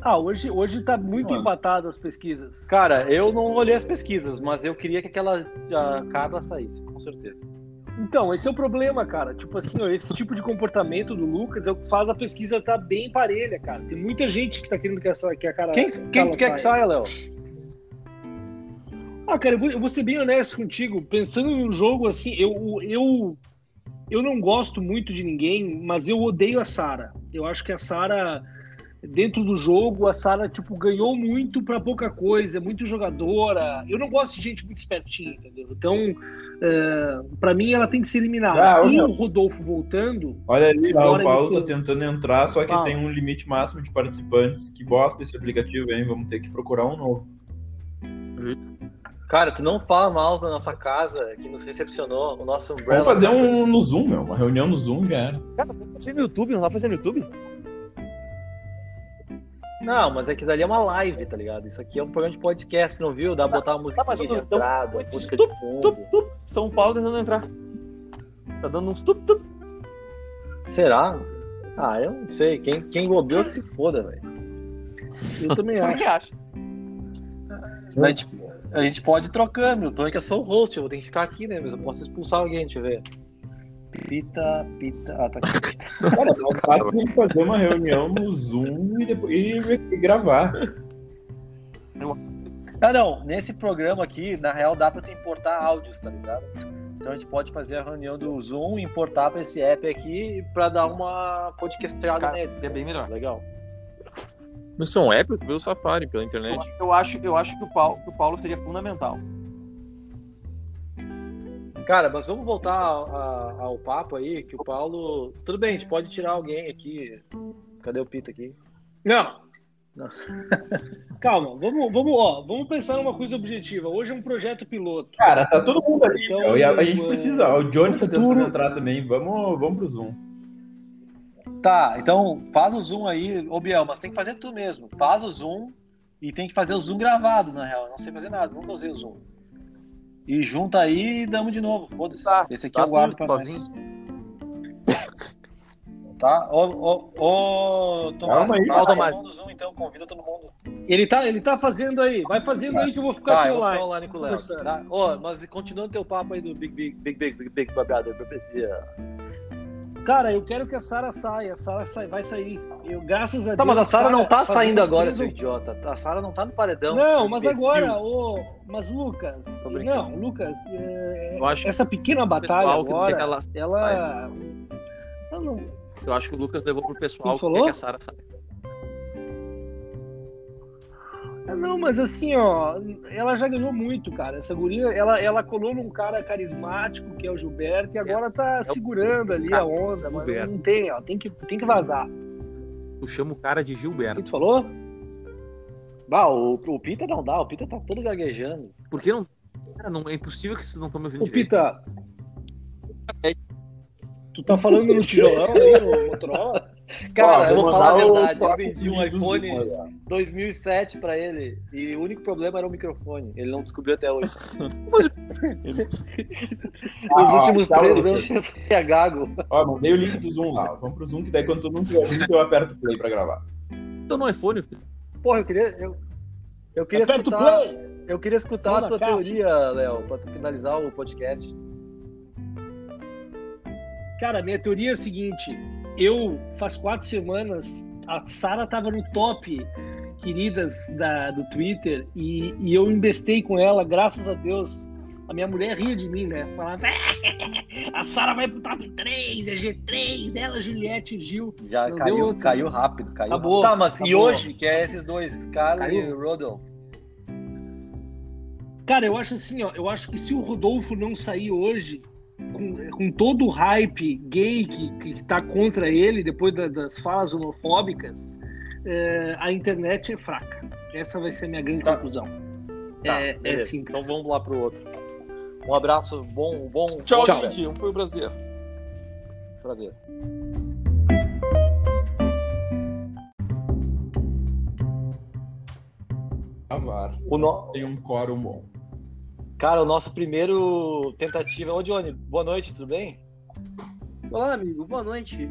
[SPEAKER 5] Ah, hoje, hoje tá muito
[SPEAKER 1] Mano.
[SPEAKER 5] empatado as pesquisas.
[SPEAKER 2] Cara, eu não olhei as pesquisas, mas eu queria que aquela a Carla saísse, com certeza.
[SPEAKER 5] Então, esse é o problema, cara. Tipo assim, ó, esse tipo de comportamento do Lucas é o que faz a pesquisa estar bem parelha, cara. Tem muita gente que tá querendo que, essa, que a cara.
[SPEAKER 2] Quem, quem
[SPEAKER 5] Carla
[SPEAKER 2] tu quer que
[SPEAKER 5] saia.
[SPEAKER 2] saia, Léo?
[SPEAKER 5] Ah, cara, eu vou, eu vou ser bem honesto contigo. Pensando no jogo, assim, eu, eu, eu não gosto muito de ninguém, mas eu odeio a Sara. Eu acho que a Sara, dentro do jogo, a Sara, tipo, ganhou muito pra pouca coisa, é muito jogadora. Eu não gosto de gente muito espertinha, entendeu? Então, é, pra mim, ela tem que ser eliminada.
[SPEAKER 1] Ah, ô,
[SPEAKER 5] e
[SPEAKER 1] meu.
[SPEAKER 5] o Rodolfo voltando,
[SPEAKER 1] Olha ali,
[SPEAKER 5] Na
[SPEAKER 1] lá,
[SPEAKER 5] hora
[SPEAKER 1] o Paulo
[SPEAKER 5] de ser-
[SPEAKER 1] tá tentando entrar, só que
[SPEAKER 5] Ah.
[SPEAKER 1] tem um limite máximo de participantes. Que bosta esse aplicativo, hein? Vamos ter que procurar um novo.
[SPEAKER 2] Cara, tu não fala mal da nossa casa que nos recepcionou, o nosso umbrella.
[SPEAKER 1] Vamos fazer um no Zoom, meu. Uma reunião no Zoom, já era.
[SPEAKER 3] Cara, tá fazendo YouTube, não tá fazendo YouTube?
[SPEAKER 2] Não, mas é que isso ali é uma live, tá ligado? Isso aqui é um programa de podcast, não viu? Dá pra botar uma música
[SPEAKER 3] mas
[SPEAKER 2] de
[SPEAKER 3] então,
[SPEAKER 2] entrada,
[SPEAKER 3] mas
[SPEAKER 2] música
[SPEAKER 3] tup,
[SPEAKER 2] de fundo.
[SPEAKER 3] Tup, tup. São Paulo tentando entrar. Tá dando uns tup, tup.
[SPEAKER 2] Será? Ah, eu não sei. Quem, quem bobeou que se foda, velho.
[SPEAKER 5] eu também acho.
[SPEAKER 3] O que acha?
[SPEAKER 2] Não.
[SPEAKER 3] A gente, a gente pode trocar, meu.
[SPEAKER 2] O problema é que eu sou o host, eu vou ter que ficar aqui, né? Mas eu posso expulsar alguém, deixa eu ver. Pita, pita. Ah, tá aqui. Pita.
[SPEAKER 1] Cara, é mais fácil a gente fazer uma reunião no Zoom e, depois, e- e gravar.
[SPEAKER 2] Ah, não. Nesse programa aqui, na real, dá pra tu importar áudios, tá ligado? Então a gente pode fazer a reunião do Zoom, importar pra esse app aqui pra dar uma podcastada
[SPEAKER 3] Cara,
[SPEAKER 2] nele.
[SPEAKER 3] é bem melhor.
[SPEAKER 2] Legal.
[SPEAKER 4] Mas são app, tu viu o Safari pela internet.
[SPEAKER 3] Eu acho, eu acho que, o Paulo, que o Paulo seria fundamental.
[SPEAKER 2] Cara, mas vamos voltar a- a- ao papo aí, que o Paulo. Tudo bem, a gente pode tirar alguém aqui. Cadê o Pita aqui?
[SPEAKER 5] Não.
[SPEAKER 2] Não.
[SPEAKER 5] Calma, vamos, vamos, ó, vamos pensar numa coisa objetiva. Hoje é um projeto piloto.
[SPEAKER 1] Cara, tá todo mundo ali,
[SPEAKER 5] Então,
[SPEAKER 1] meu. E a, a gente
[SPEAKER 5] é,
[SPEAKER 1] precisa. ó, O Johnny tá tentando
[SPEAKER 5] futuro-
[SPEAKER 1] entrar também. Vamos, vamos pro Zoom.
[SPEAKER 2] Tá, então faz o zoom aí, ô Biel, mas tem que fazer tu mesmo. Faz o zoom e tem que fazer o zoom gravado, na real. Eu não sei fazer nada, nunca usei o zoom. E junta aí e damos de novo. Foda-se.
[SPEAKER 3] Tá,
[SPEAKER 2] Esse aqui
[SPEAKER 3] tá
[SPEAKER 2] eu guardo
[SPEAKER 3] tudo,
[SPEAKER 2] pra nós. Tá? Ô, ô, ô, Tomás,
[SPEAKER 1] Calma aí.
[SPEAKER 2] faz
[SPEAKER 3] Calma, Tomás.
[SPEAKER 2] a reunião do Zoom, então, convida todo mundo.
[SPEAKER 5] Ele tá, ele tá fazendo aí. Vai fazendo aí que eu vou ficar
[SPEAKER 2] Tá,
[SPEAKER 5] aqui
[SPEAKER 2] eu vou
[SPEAKER 5] online.
[SPEAKER 2] falar online com o Léo.
[SPEAKER 5] Conversando.
[SPEAKER 2] Tá? Ô, mas continuando teu papo aí do Big Big Big Big Big Big Brother, eu é- preciso.
[SPEAKER 5] Cara, eu quero que a Sara saia. A Sara sai, vai sair. Eu, graças a
[SPEAKER 2] Tá,
[SPEAKER 5] Deus.
[SPEAKER 2] mas a Sara não tá
[SPEAKER 5] faz
[SPEAKER 2] saindo
[SPEAKER 5] umas
[SPEAKER 2] agora,
[SPEAKER 5] três
[SPEAKER 2] seu
[SPEAKER 5] ou-
[SPEAKER 2] idiota. A Sara não tá no paredão.
[SPEAKER 5] Não, mas
[SPEAKER 2] imbecil.
[SPEAKER 5] agora, ô. Mas Lucas.
[SPEAKER 2] Tô brincando.
[SPEAKER 5] Não, Lucas, é,
[SPEAKER 3] Eu acho
[SPEAKER 5] essa pequena
[SPEAKER 3] que o
[SPEAKER 5] batalha
[SPEAKER 3] pessoal que não quer
[SPEAKER 5] agora,
[SPEAKER 3] que ela saia.
[SPEAKER 5] ela. Ela não,
[SPEAKER 3] Eu acho que o Lucas levou pro pessoal
[SPEAKER 5] Quem
[SPEAKER 3] que quer
[SPEAKER 5] falou?
[SPEAKER 3] que a Sarah saia.
[SPEAKER 5] Ah, Não, mas assim, ó, ela já ganhou muito, cara. Essa guria, ela, ela colou num cara carismático, que é o Gilberto, e agora tá
[SPEAKER 3] É o-
[SPEAKER 5] segurando ali a onda, mas
[SPEAKER 3] Gilberto.
[SPEAKER 5] não tem, ó, tem que, tem que vazar.
[SPEAKER 3] Tu chama o cara de Gilberto.
[SPEAKER 5] E tu falou?
[SPEAKER 2] Bah, o, o Pita não dá, o Pita tá todo gaguejando.
[SPEAKER 3] Por que não. Cara, não, é impossível que vocês não estão me ouvindo
[SPEAKER 5] Ô,
[SPEAKER 3] direito.
[SPEAKER 5] Pita, tu tá falando no tijolão aí, no Motorola?
[SPEAKER 2] Cara,
[SPEAKER 1] Ó,
[SPEAKER 2] eu vou falar a
[SPEAKER 1] mandar o
[SPEAKER 2] verdade, eu
[SPEAKER 1] top
[SPEAKER 2] vendi um
[SPEAKER 1] do Zoom,
[SPEAKER 2] iPhone
[SPEAKER 1] olha.
[SPEAKER 2] 2007 pra ele e o único problema era o microfone. Ele não descobriu até hoje. Os
[SPEAKER 1] Ah,
[SPEAKER 2] últimos
[SPEAKER 1] tá
[SPEAKER 2] três
[SPEAKER 1] bom.
[SPEAKER 2] anos eu sou a gago.
[SPEAKER 1] Ó, mandei o link do Zoom lá. ó. Vamos pro Zoom, que daí quando todo mundo tiver junto, eu aperto o play pra gravar.
[SPEAKER 3] Tô no iPhone, filho.
[SPEAKER 2] Porra, eu queria. Eu, eu queria
[SPEAKER 5] Aperta o
[SPEAKER 2] escutar.
[SPEAKER 5] play!
[SPEAKER 2] Eu queria escutar
[SPEAKER 5] Fala,
[SPEAKER 2] a tua
[SPEAKER 5] cara.
[SPEAKER 2] teoria, Léo, pra tu finalizar o podcast.
[SPEAKER 5] Cara, minha teoria é a seguinte: eu, faz quatro semanas, a Sara tava no top queridas da, do Twitter e, e eu investei com ela, graças a Deus. A minha mulher ria de mim, né? Falava, a Sara vai pro top 3, é G3, ela, Juliette e Gil.
[SPEAKER 2] Já
[SPEAKER 5] Não deu
[SPEAKER 2] caiu,
[SPEAKER 5] outro.
[SPEAKER 2] caiu rápido, caiu.
[SPEAKER 5] Acabou,
[SPEAKER 2] rápido. Tá, mas e
[SPEAKER 5] acabou.
[SPEAKER 2] hoje, que é esses dois, Carla e
[SPEAKER 5] Caiu.
[SPEAKER 2] Rodolfo?
[SPEAKER 5] Cara, eu acho assim, ó, eu acho que se o Rodolfo não sair hoje, com, é, com todo o hype gay que, que, que tá contra ele, depois da- das falas homofóbicas, é, a internet é fraca. Essa vai ser a minha grande
[SPEAKER 2] Tá.
[SPEAKER 5] conclusão.
[SPEAKER 2] Tá,
[SPEAKER 5] é, é
[SPEAKER 2] beleza. Então
[SPEAKER 5] simples.
[SPEAKER 2] vamos lá pro outro. Um abraço, bom, bom.
[SPEAKER 4] Tchau,
[SPEAKER 2] bom
[SPEAKER 4] gente. Um foi o Brasil.
[SPEAKER 2] Prazer.
[SPEAKER 1] Gravar.
[SPEAKER 2] O no-
[SPEAKER 1] Tá Tem um quórum bom.
[SPEAKER 2] Cara, o nosso primeiro tentativa. Ô, Johnny, boa noite, tudo bem? Olá, amigo, boa noite.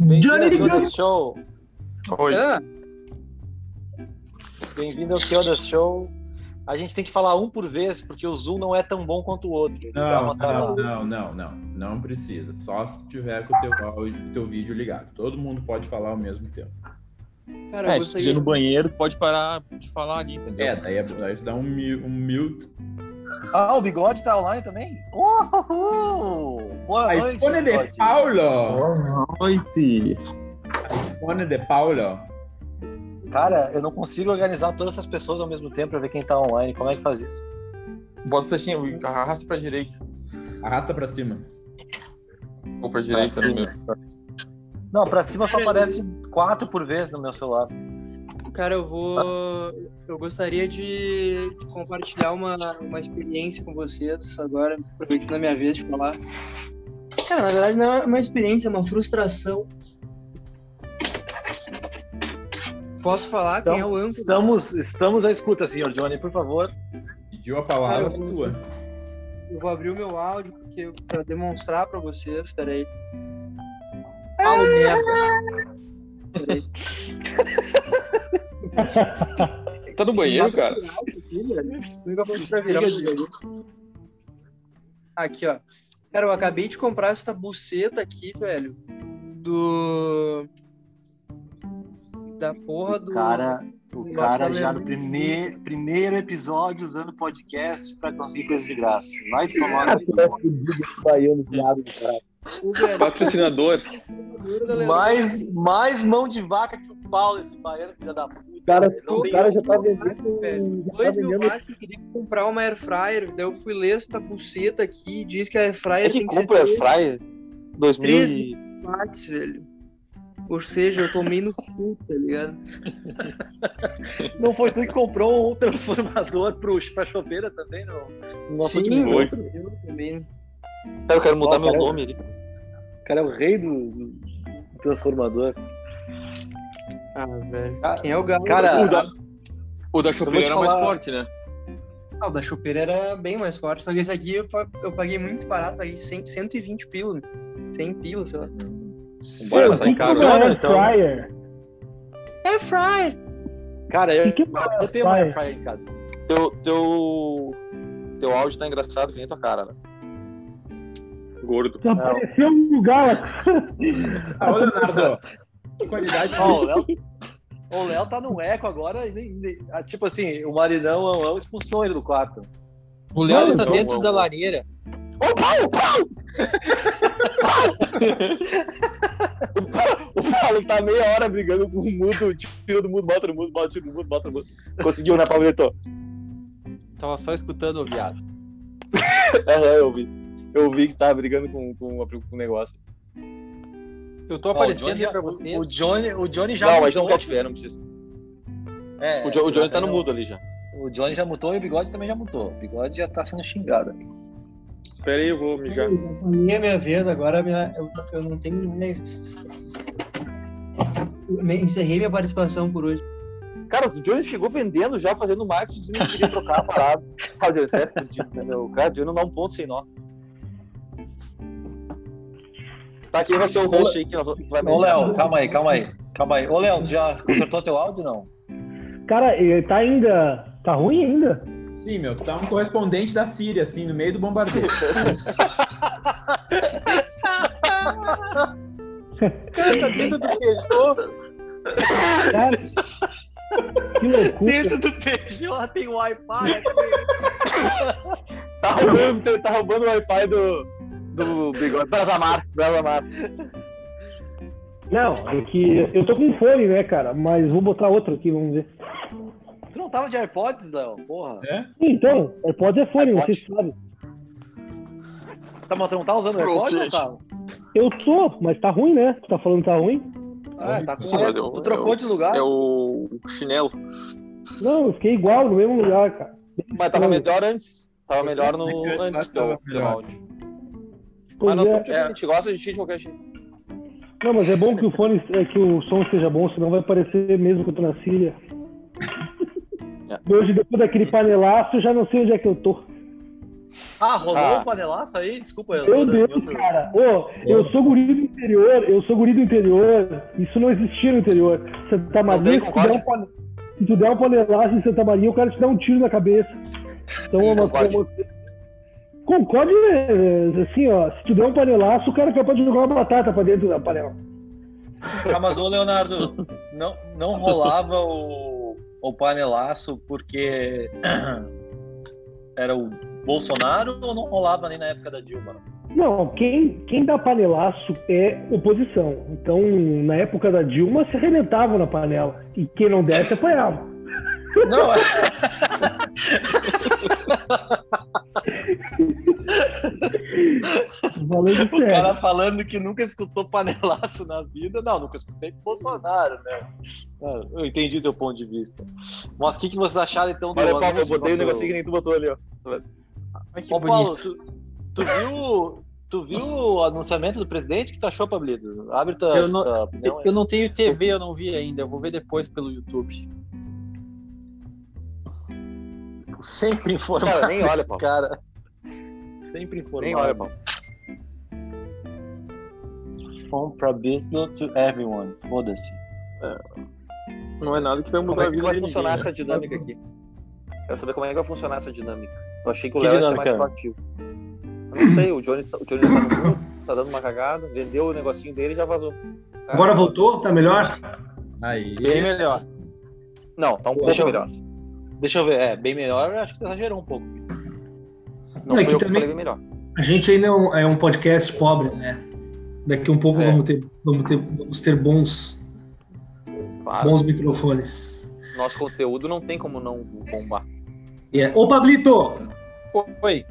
[SPEAKER 5] Johnny
[SPEAKER 2] Bem-vindo ao
[SPEAKER 5] Gun-
[SPEAKER 2] Kyodas Show.
[SPEAKER 4] Oi.
[SPEAKER 6] Ah,
[SPEAKER 2] Bem-vindo ao Kyodas Show. A gente tem que falar um por vez, porque o Zoom não é tão bom quanto o outro. Ele dá
[SPEAKER 1] Não,
[SPEAKER 2] uma
[SPEAKER 1] não,
[SPEAKER 2] travada.
[SPEAKER 1] não, não, não. Não precisa. Só se tiver com o teu, áudio- teu vídeo ligado. Todo mundo pode falar ao mesmo tempo.
[SPEAKER 6] Cara, eu
[SPEAKER 4] É, se tu
[SPEAKER 6] gostaria-
[SPEAKER 4] quiser ir no banheiro, tu pode parar de falar ali, entendeu?
[SPEAKER 1] É, daí, é, daí tu dá um, mi- um mute.
[SPEAKER 7] Ah, o bigode tá online também? Uhul! Boa
[SPEAKER 2] Ah, é
[SPEAKER 7] noite,
[SPEAKER 1] iPhone de
[SPEAKER 7] bigode.
[SPEAKER 1] Paulo!
[SPEAKER 4] Boa noite.
[SPEAKER 1] iPhone de Paulo!
[SPEAKER 2] Cara, eu não consigo organizar todas essas pessoas ao mesmo tempo pra ver quem tá online. Como é que faz isso?
[SPEAKER 4] Bota o cestinho, arrasta pra direita.
[SPEAKER 1] Arrasta pra cima.
[SPEAKER 4] Ou pra direita
[SPEAKER 2] Pra
[SPEAKER 4] no meu.
[SPEAKER 2] Não, pra cima só aparece quatro por vez no meu celular.
[SPEAKER 8] Cara, eu vou. Eu gostaria de compartilhar uma, uma experiência com vocês agora, aproveitando a minha vez de falar. Cara, na verdade não é uma experiência, é uma frustração. Posso falar quem é o âncora?
[SPEAKER 2] Então, estamos, estamos à escuta, senhor Johnny, por favor.
[SPEAKER 1] Pediu a palavra
[SPEAKER 8] Cara, eu-
[SPEAKER 1] tua.
[SPEAKER 8] Eu vou abrir o meu áudio porque para demonstrar para vocês, peraí. Ah, merda.
[SPEAKER 5] Tá no banheiro, cara?
[SPEAKER 8] Aqui, ó. Cara, eu acabei de comprar essa buceta aqui, velho. Do. Da porra do.
[SPEAKER 7] O cara, o
[SPEAKER 8] do
[SPEAKER 7] cara
[SPEAKER 8] Batman.
[SPEAKER 7] já no primeir, primeiro episódio usando podcast pra conseguir coisa de graça. Vai tomar no cu.
[SPEAKER 8] O velho,
[SPEAKER 5] Patrocinador.
[SPEAKER 8] o duro da Leroy.
[SPEAKER 7] mais, mais mão de vaca que o Paulo, esse baiano, filha da puta.
[SPEAKER 9] cara,
[SPEAKER 8] Não
[SPEAKER 9] o
[SPEAKER 8] tem
[SPEAKER 9] cara já tá
[SPEAKER 8] outro
[SPEAKER 9] vendendo.
[SPEAKER 8] velho.
[SPEAKER 9] já tá
[SPEAKER 8] Dois mil
[SPEAKER 9] vendendo.
[SPEAKER 8] reais que eu queria comprar uma air fryer, daí eu fui ler essa buceta aqui e diz que a air fryer
[SPEAKER 7] É que
[SPEAKER 8] tem que
[SPEAKER 7] compra
[SPEAKER 8] ser
[SPEAKER 7] Fryer 2000
[SPEAKER 8] 13
[SPEAKER 7] e...
[SPEAKER 8] watts, velho. Ou seja, eu tomei no cu, tá ligado?
[SPEAKER 2] Não foi tu que comprou um transformador pro, pra chopeira também, não?
[SPEAKER 8] Nossa, Sim,
[SPEAKER 2] que
[SPEAKER 8] eu também.
[SPEAKER 7] Cara, eu quero mudar
[SPEAKER 2] Ó,
[SPEAKER 7] meu
[SPEAKER 2] cara, eu-
[SPEAKER 7] nome ali.
[SPEAKER 2] O cara é o rei do, do transformador.
[SPEAKER 8] Ah, velho.
[SPEAKER 2] Cara-
[SPEAKER 8] Quem é o galo?
[SPEAKER 2] Cara,
[SPEAKER 8] o da...
[SPEAKER 4] O da
[SPEAKER 2] chopeira era mais
[SPEAKER 4] forte, né?
[SPEAKER 8] Ah, o da chopeira era bem mais forte. Só que esse aqui eu, pa- eu paguei muito barato, paguei 100, 120 pila. 100 pila, sei lá.
[SPEAKER 4] Bora,
[SPEAKER 10] Meu,
[SPEAKER 4] sai
[SPEAKER 10] o que
[SPEAKER 4] caro.
[SPEAKER 10] que é uma
[SPEAKER 2] Zona,
[SPEAKER 10] air
[SPEAKER 2] então.
[SPEAKER 10] fryer?
[SPEAKER 8] Air fryer!
[SPEAKER 2] Cara, eu,
[SPEAKER 10] Que que
[SPEAKER 2] eu tenho uma airfryer em casa.
[SPEAKER 7] Teu, teu, teu áudio tá engraçado que nem tua cara, né?
[SPEAKER 4] Gordo.
[SPEAKER 10] Tu apareceu um Galaxy.
[SPEAKER 4] né?
[SPEAKER 1] Ah, ô Leonardo, que qualidade.
[SPEAKER 2] Ó, o Léo- o Léo tá num eco agora. e nem- nem- ah, tipo assim, o maridão o Lão expulsou ele do quarto.
[SPEAKER 4] O
[SPEAKER 3] Léo tá dentro da lareira.
[SPEAKER 7] O Paulo tá meia hora brigando com o mudo, tira do mudo, bota no mudo, bota, tira do mudo, bota no mudo. Conseguiu, né, Pablito?
[SPEAKER 6] Tava só escutando o viado.
[SPEAKER 7] Aham, eu vi. Eu vi que você tava brigando com, com, com o negócio.
[SPEAKER 6] Eu tô
[SPEAKER 2] Ó, o
[SPEAKER 6] aparecendo
[SPEAKER 2] Johnny
[SPEAKER 6] aí pra
[SPEAKER 2] já- o-
[SPEAKER 6] vocês.
[SPEAKER 2] O Johnny, o Johnny já
[SPEAKER 7] não, mas não
[SPEAKER 2] mutou.
[SPEAKER 7] quer tiver, não precisa.
[SPEAKER 2] É,
[SPEAKER 7] O, Jo- o Johnny tá
[SPEAKER 2] não-
[SPEAKER 7] no mudo ali já.
[SPEAKER 2] O Johnny já mutou e o Bigode também já mutou. O Bigode já tá sendo xingado.
[SPEAKER 4] Pera aí, eu vou mijar.
[SPEAKER 8] A minha, "É minha vez, agora minha- eu, eu não tenho mais. Me- Encerrei minha participação por hoje.
[SPEAKER 7] Cara, o Johnny chegou vendendo já, fazendo marketing, dizendo que queria trocar a parada. Ah, o Johnny tá fudido, né, meu? O cara, o Johnny não dá um ponto sem nó. Tá, quem vai ser o host aí que nós vai
[SPEAKER 2] Ô, Léo, calma aí, calma aí. Calma aí. Ô, Léo, tu já consertou teu áudio não?
[SPEAKER 10] Cara, ele tá ainda. Tá ruim ainda?
[SPEAKER 1] Sim, meu, tu tá um correspondente da Síria, assim, no meio do bombardeio.
[SPEAKER 6] Cara, tá dentro do Peugeot.
[SPEAKER 10] Cara, que loucura.
[SPEAKER 2] do PJ tem Wi-Fi.
[SPEAKER 7] Tá roubando, tá roubando o Wi-Fi do, do Bigode. Brasamar, Brasamar.
[SPEAKER 10] Não, é que eu tô com fone, né, cara? Mas vou botar outro aqui, vamos ver.
[SPEAKER 2] tu não tava de AirPods, Léo? Porra.
[SPEAKER 10] Então, pode é fone,
[SPEAKER 7] iPod.
[SPEAKER 10] vocês sabem.
[SPEAKER 2] Tá, mas tu não tá usando AirPods ou tá?
[SPEAKER 10] Eu tô, mas tá ruim, né? Tu tá falando que tá ruim?
[SPEAKER 2] Ah, tá com
[SPEAKER 4] Sim, mas eu-
[SPEAKER 2] eco. Tu trocou de lugar?
[SPEAKER 4] É o chinelo.
[SPEAKER 10] Não, eu fiquei igual no mesmo lugar, cara. Então,
[SPEAKER 7] Mas tava melhor antes. Tava melhor no antes
[SPEAKER 11] então.
[SPEAKER 7] do, do áudio. Mas
[SPEAKER 10] Pois
[SPEAKER 7] nós
[SPEAKER 10] é.
[SPEAKER 11] Tipo,
[SPEAKER 7] estamos de ouvinte, a gente gosta de ti de qualquer jeito.
[SPEAKER 10] Não, mas é bom que o fone, é, que o som seja bom, senão vai parecer mesmo que eu tô na Síria. Hoje, depois daquele panelaço, eu já não sei onde é que eu é tô.
[SPEAKER 12] Ah, rolou
[SPEAKER 7] Ah.
[SPEAKER 12] um panelaço aí? Desculpa. eu-
[SPEAKER 9] Meu
[SPEAKER 12] eu-
[SPEAKER 9] Deus, cara. Ô, eu sou guri do interior, eu sou guri do interior. Isso não existia no interior.
[SPEAKER 10] tá
[SPEAKER 9] Santa Maria,
[SPEAKER 7] tem,
[SPEAKER 9] se tu,
[SPEAKER 7] concordo.
[SPEAKER 9] der um pane- se tu der um panelaço em Santa Maria, o cara te dá um tiro na cabeça. Então é uma
[SPEAKER 7] Concorde.
[SPEAKER 9] coisa. Concorde, é, assim, ó. Se tu der um panelaço, o cara é capaz de jogar uma batata pra dentro da panela.
[SPEAKER 2] Tá, mas ô Leonardo, não, não rolava o, o panelaço porque era o Bolsonaro ou não rolava nem na época da Dilma?
[SPEAKER 9] Não, quem, quem dá panelaço é oposição. Então, na época da Dilma, se arrebentavam na panela. E quem não desse, apanhava.
[SPEAKER 2] Não, é.
[SPEAKER 9] Falando
[SPEAKER 2] o
[SPEAKER 9] sério.
[SPEAKER 2] cara falando que nunca escutou panelaço na vida. Não, nunca escutei com o Bolsonaro, né? Ah, Eu entendi teu ponto de vista. Mas o que, que vocês acharam então do
[SPEAKER 7] Olha, Paulo, eu
[SPEAKER 2] anúncio do
[SPEAKER 11] um
[SPEAKER 7] botei o
[SPEAKER 2] nosso-
[SPEAKER 7] negocinho que nem tu botou ali, ó.
[SPEAKER 4] Ai, que
[SPEAKER 2] Ô, Paulo,
[SPEAKER 4] bonito.
[SPEAKER 2] tu, tu viu, tu viu o anunciamento do presidente? O que tu achou, Pablito? Abre tua,
[SPEAKER 4] Eu não-
[SPEAKER 2] tua opinião aí.
[SPEAKER 4] Eu não tenho TV, eu não vi ainda. Eu vou ver depois pelo YouTube.
[SPEAKER 2] Sempre informado.
[SPEAKER 7] Cara, nem olha,
[SPEAKER 2] esse
[SPEAKER 7] Paulo.
[SPEAKER 2] Cara. Sempre
[SPEAKER 7] Nem
[SPEAKER 2] informado.
[SPEAKER 7] olha, Paulo.
[SPEAKER 2] From Probisno to everyone. Foda-se.
[SPEAKER 6] Não é nada que vai
[SPEAKER 11] Como
[SPEAKER 6] mudar
[SPEAKER 11] é
[SPEAKER 6] a
[SPEAKER 11] que
[SPEAKER 6] vida
[SPEAKER 11] vai
[SPEAKER 6] de ninguém.
[SPEAKER 11] funcionar
[SPEAKER 6] né?
[SPEAKER 11] essa dinâmica aqui? Quero saber como é que vai funcionar essa dinâmica. Eu achei que o
[SPEAKER 2] Que
[SPEAKER 11] Léo ia ser mais
[SPEAKER 2] dinâmica?
[SPEAKER 11] proativo. Eu não sei, o Johnny, tá- o Johnny tá no grupo, tá dando uma cagada, vendeu o negocinho dele e já vazou.
[SPEAKER 5] Agora voltou, tá melhor?
[SPEAKER 1] Aí.
[SPEAKER 4] Bem melhor.
[SPEAKER 11] Não, tá um pouco
[SPEAKER 2] Deixa eu-
[SPEAKER 11] melhor.
[SPEAKER 2] Deixa eu ver. É, bem melhor, eu acho que tu exagerou um pouco.
[SPEAKER 11] Não,
[SPEAKER 5] É
[SPEAKER 11] foi
[SPEAKER 5] que
[SPEAKER 11] eu que
[SPEAKER 5] também-
[SPEAKER 11] falei melhor.
[SPEAKER 5] A gente ainda é um, é um podcast pobre, né? Daqui um pouco
[SPEAKER 2] É.
[SPEAKER 5] vamos, ter, vamos, ter, vamos ter bons,
[SPEAKER 11] Claro,
[SPEAKER 5] bons microfones.
[SPEAKER 11] nosso conteúdo não tem como não bombar.
[SPEAKER 5] E é- Ô, Pablito,
[SPEAKER 4] Oi.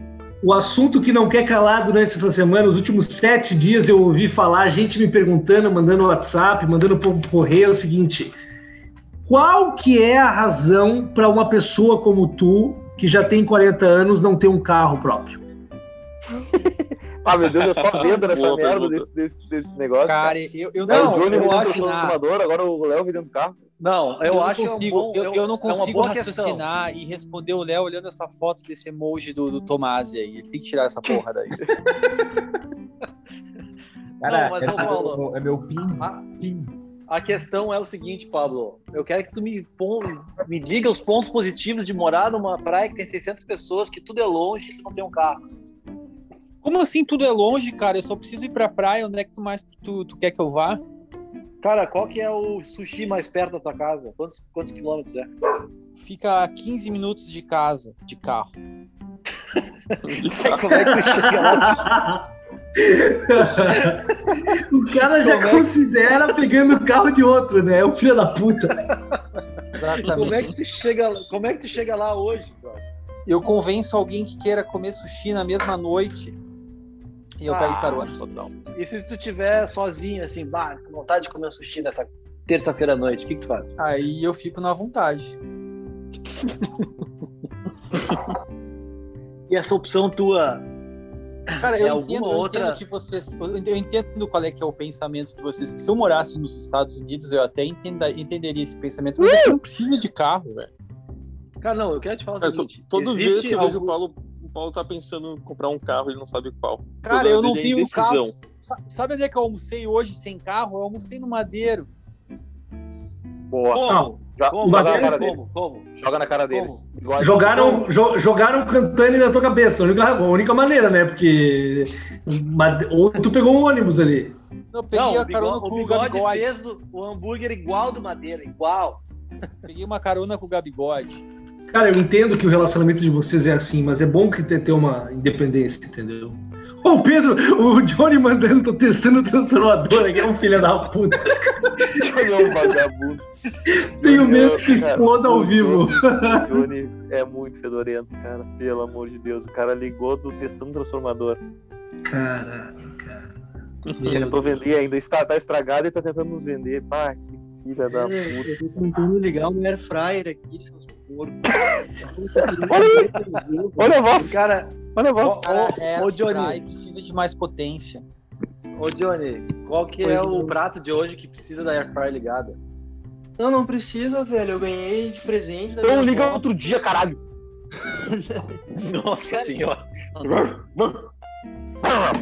[SPEAKER 5] O assunto que não quer calar durante essa semana, os últimos sete dias eu ouvi falar, gente me perguntando, mandando WhatsApp, mandando por correio, é o seguinte: qual que é a razão para uma pessoa como tu, que já tem 40 anos, não ter um carro próprio?
[SPEAKER 7] Ah, meu Deus, eu só vendo nessa
[SPEAKER 6] Boa
[SPEAKER 11] tá
[SPEAKER 7] merda
[SPEAKER 6] pergunta.
[SPEAKER 7] desse, desse, desse negócio.
[SPEAKER 4] Cara, eu, eu
[SPEAKER 7] Era
[SPEAKER 4] não,
[SPEAKER 7] o Johnny
[SPEAKER 4] eu
[SPEAKER 7] vendendo
[SPEAKER 4] acho
[SPEAKER 7] pessoa no
[SPEAKER 4] nada.
[SPEAKER 7] fumador, agora o Léo vendendo carro.
[SPEAKER 2] Não, eu,
[SPEAKER 4] Eu, não
[SPEAKER 2] acho que é um
[SPEAKER 4] consigo,
[SPEAKER 2] bom-
[SPEAKER 4] eu, eu não
[SPEAKER 2] é uma
[SPEAKER 4] consigo
[SPEAKER 2] boa questão.
[SPEAKER 4] raciocinar e responder o Léo olhando essa foto desse emoji do, do Tomasi aí. Ele tem que tirar essa porra daí.
[SPEAKER 2] Não, mas ô, Paulo.
[SPEAKER 1] é meu pin.
[SPEAKER 2] Ah. A questão é o seguinte, Pablo. Eu quero que tu me, pon- me diga os pontos positivos de morar numa praia que tem 600 pessoas, que tudo é longe e tu não tem um carro.
[SPEAKER 4] Como assim tudo é longe, cara? Eu só preciso ir pra praia. Onde é que tu mais tu, tu quer que eu vá?
[SPEAKER 2] Cara, qual que é o sushi mais perto da tua casa? Quantos, quantos quilômetros é?
[SPEAKER 4] Fica a 15 minutos de casa, de carro.
[SPEAKER 2] Como é que tu chega lá?
[SPEAKER 5] O cara já
[SPEAKER 2] Como é que-
[SPEAKER 5] considera pegando o carro de outro, né? É o filho da puta.
[SPEAKER 2] Como é que tu chega, como é que tu chega lá hoje, cara?
[SPEAKER 4] Eu convenço alguém que queira comer sushi na mesma noite. E eu pego carona.
[SPEAKER 2] E se tu tiver sozinho, assim, bah, com vontade de comer um sushi nessa terça-feira à noite, o que, que tu faz?
[SPEAKER 4] Aí eu fico na vontade.
[SPEAKER 2] E essa opção tua?
[SPEAKER 4] Cara,
[SPEAKER 2] É
[SPEAKER 4] eu,
[SPEAKER 2] alguma
[SPEAKER 4] entendo, eu
[SPEAKER 2] outra-
[SPEAKER 4] entendo que vocês. Eu eu entendo qual é que é o pensamento de vocês. Que se eu morasse nos Estados Unidos, eu até entenda- entenderia esse pensamento. Mas é eu não preciso de carro, velho.
[SPEAKER 2] Cara, não, eu quero te falar o
[SPEAKER 6] Cara, É, to-
[SPEAKER 2] seguinte.
[SPEAKER 6] Todos os dias
[SPEAKER 2] existe
[SPEAKER 6] que eu vejo o
[SPEAKER 2] algum...
[SPEAKER 6] Paulo, o Paulo tá pensando em comprar um carro, ele não sabe qual.
[SPEAKER 4] Cara,
[SPEAKER 6] Toda
[SPEAKER 4] eu não
[SPEAKER 6] vida é
[SPEAKER 4] tenho um
[SPEAKER 6] indecisão.
[SPEAKER 4] carro. Sa- Sabe onde é que eu almocei hoje sem carro? Eu almocei no Madeiro.
[SPEAKER 7] Boa.
[SPEAKER 2] Como?
[SPEAKER 7] Já-
[SPEAKER 2] Como?
[SPEAKER 7] joga na
[SPEAKER 5] Bateu
[SPEAKER 7] cara
[SPEAKER 2] Como?
[SPEAKER 7] deles.
[SPEAKER 2] Como?
[SPEAKER 7] Joga na cara deles. Igual- Então-
[SPEAKER 5] Jogaram, jo- jogaram cantando na tua cabeça, a única, a única maneira, né? Porque. mas- Ou tu pegou um ônibus ali.
[SPEAKER 4] Eu peguei
[SPEAKER 2] Não, o
[SPEAKER 4] a carona
[SPEAKER 2] bigode, o
[SPEAKER 4] com o
[SPEAKER 2] bigode
[SPEAKER 4] Gabigode.
[SPEAKER 2] fez o, o hambúrguer igual do Madeira, igual.
[SPEAKER 4] Peguei uma carona com o Gabigode.
[SPEAKER 5] Cara, eu entendo que o relacionamento de vocês é assim, mas é bom que ter, ter uma independência, entendeu? Ô, Pedro, o Johnny mandando, tô testando o transformador aqui, é um filho da puta.
[SPEAKER 7] Johnny é um vagabundo.
[SPEAKER 5] Tenho medo que
[SPEAKER 7] cara,
[SPEAKER 5] exploda ao
[SPEAKER 7] o
[SPEAKER 5] vivo.
[SPEAKER 7] Johnny, o Johnny é muito fedorento, cara. Pelo amor de Deus. O cara ligou do testando o transformador.
[SPEAKER 5] Caraca, cara. Meu
[SPEAKER 7] Tentou vender ainda. Está, tá estragado e tá tentando nos vender. Pá, que filha da
[SPEAKER 4] Cara,
[SPEAKER 7] puta.
[SPEAKER 4] Eu tô tentando ligar o Air Fryer aqui, seus porcos.
[SPEAKER 7] Olha a voz.
[SPEAKER 2] Cara,
[SPEAKER 7] Olha a voz.
[SPEAKER 4] Cara,
[SPEAKER 2] Ô,
[SPEAKER 4] Air
[SPEAKER 2] ô, Johnny.
[SPEAKER 4] Fryer precisa de mais potência.
[SPEAKER 2] ô Johnny, qual que é
[SPEAKER 4] Pois
[SPEAKER 2] o
[SPEAKER 4] não.
[SPEAKER 2] prato de hoje que precisa da Airfryer ligada?
[SPEAKER 4] Não, não precisa, velho. Eu ganhei de presente.
[SPEAKER 7] Então liga outro dia, caralho.
[SPEAKER 8] Nossa senhora.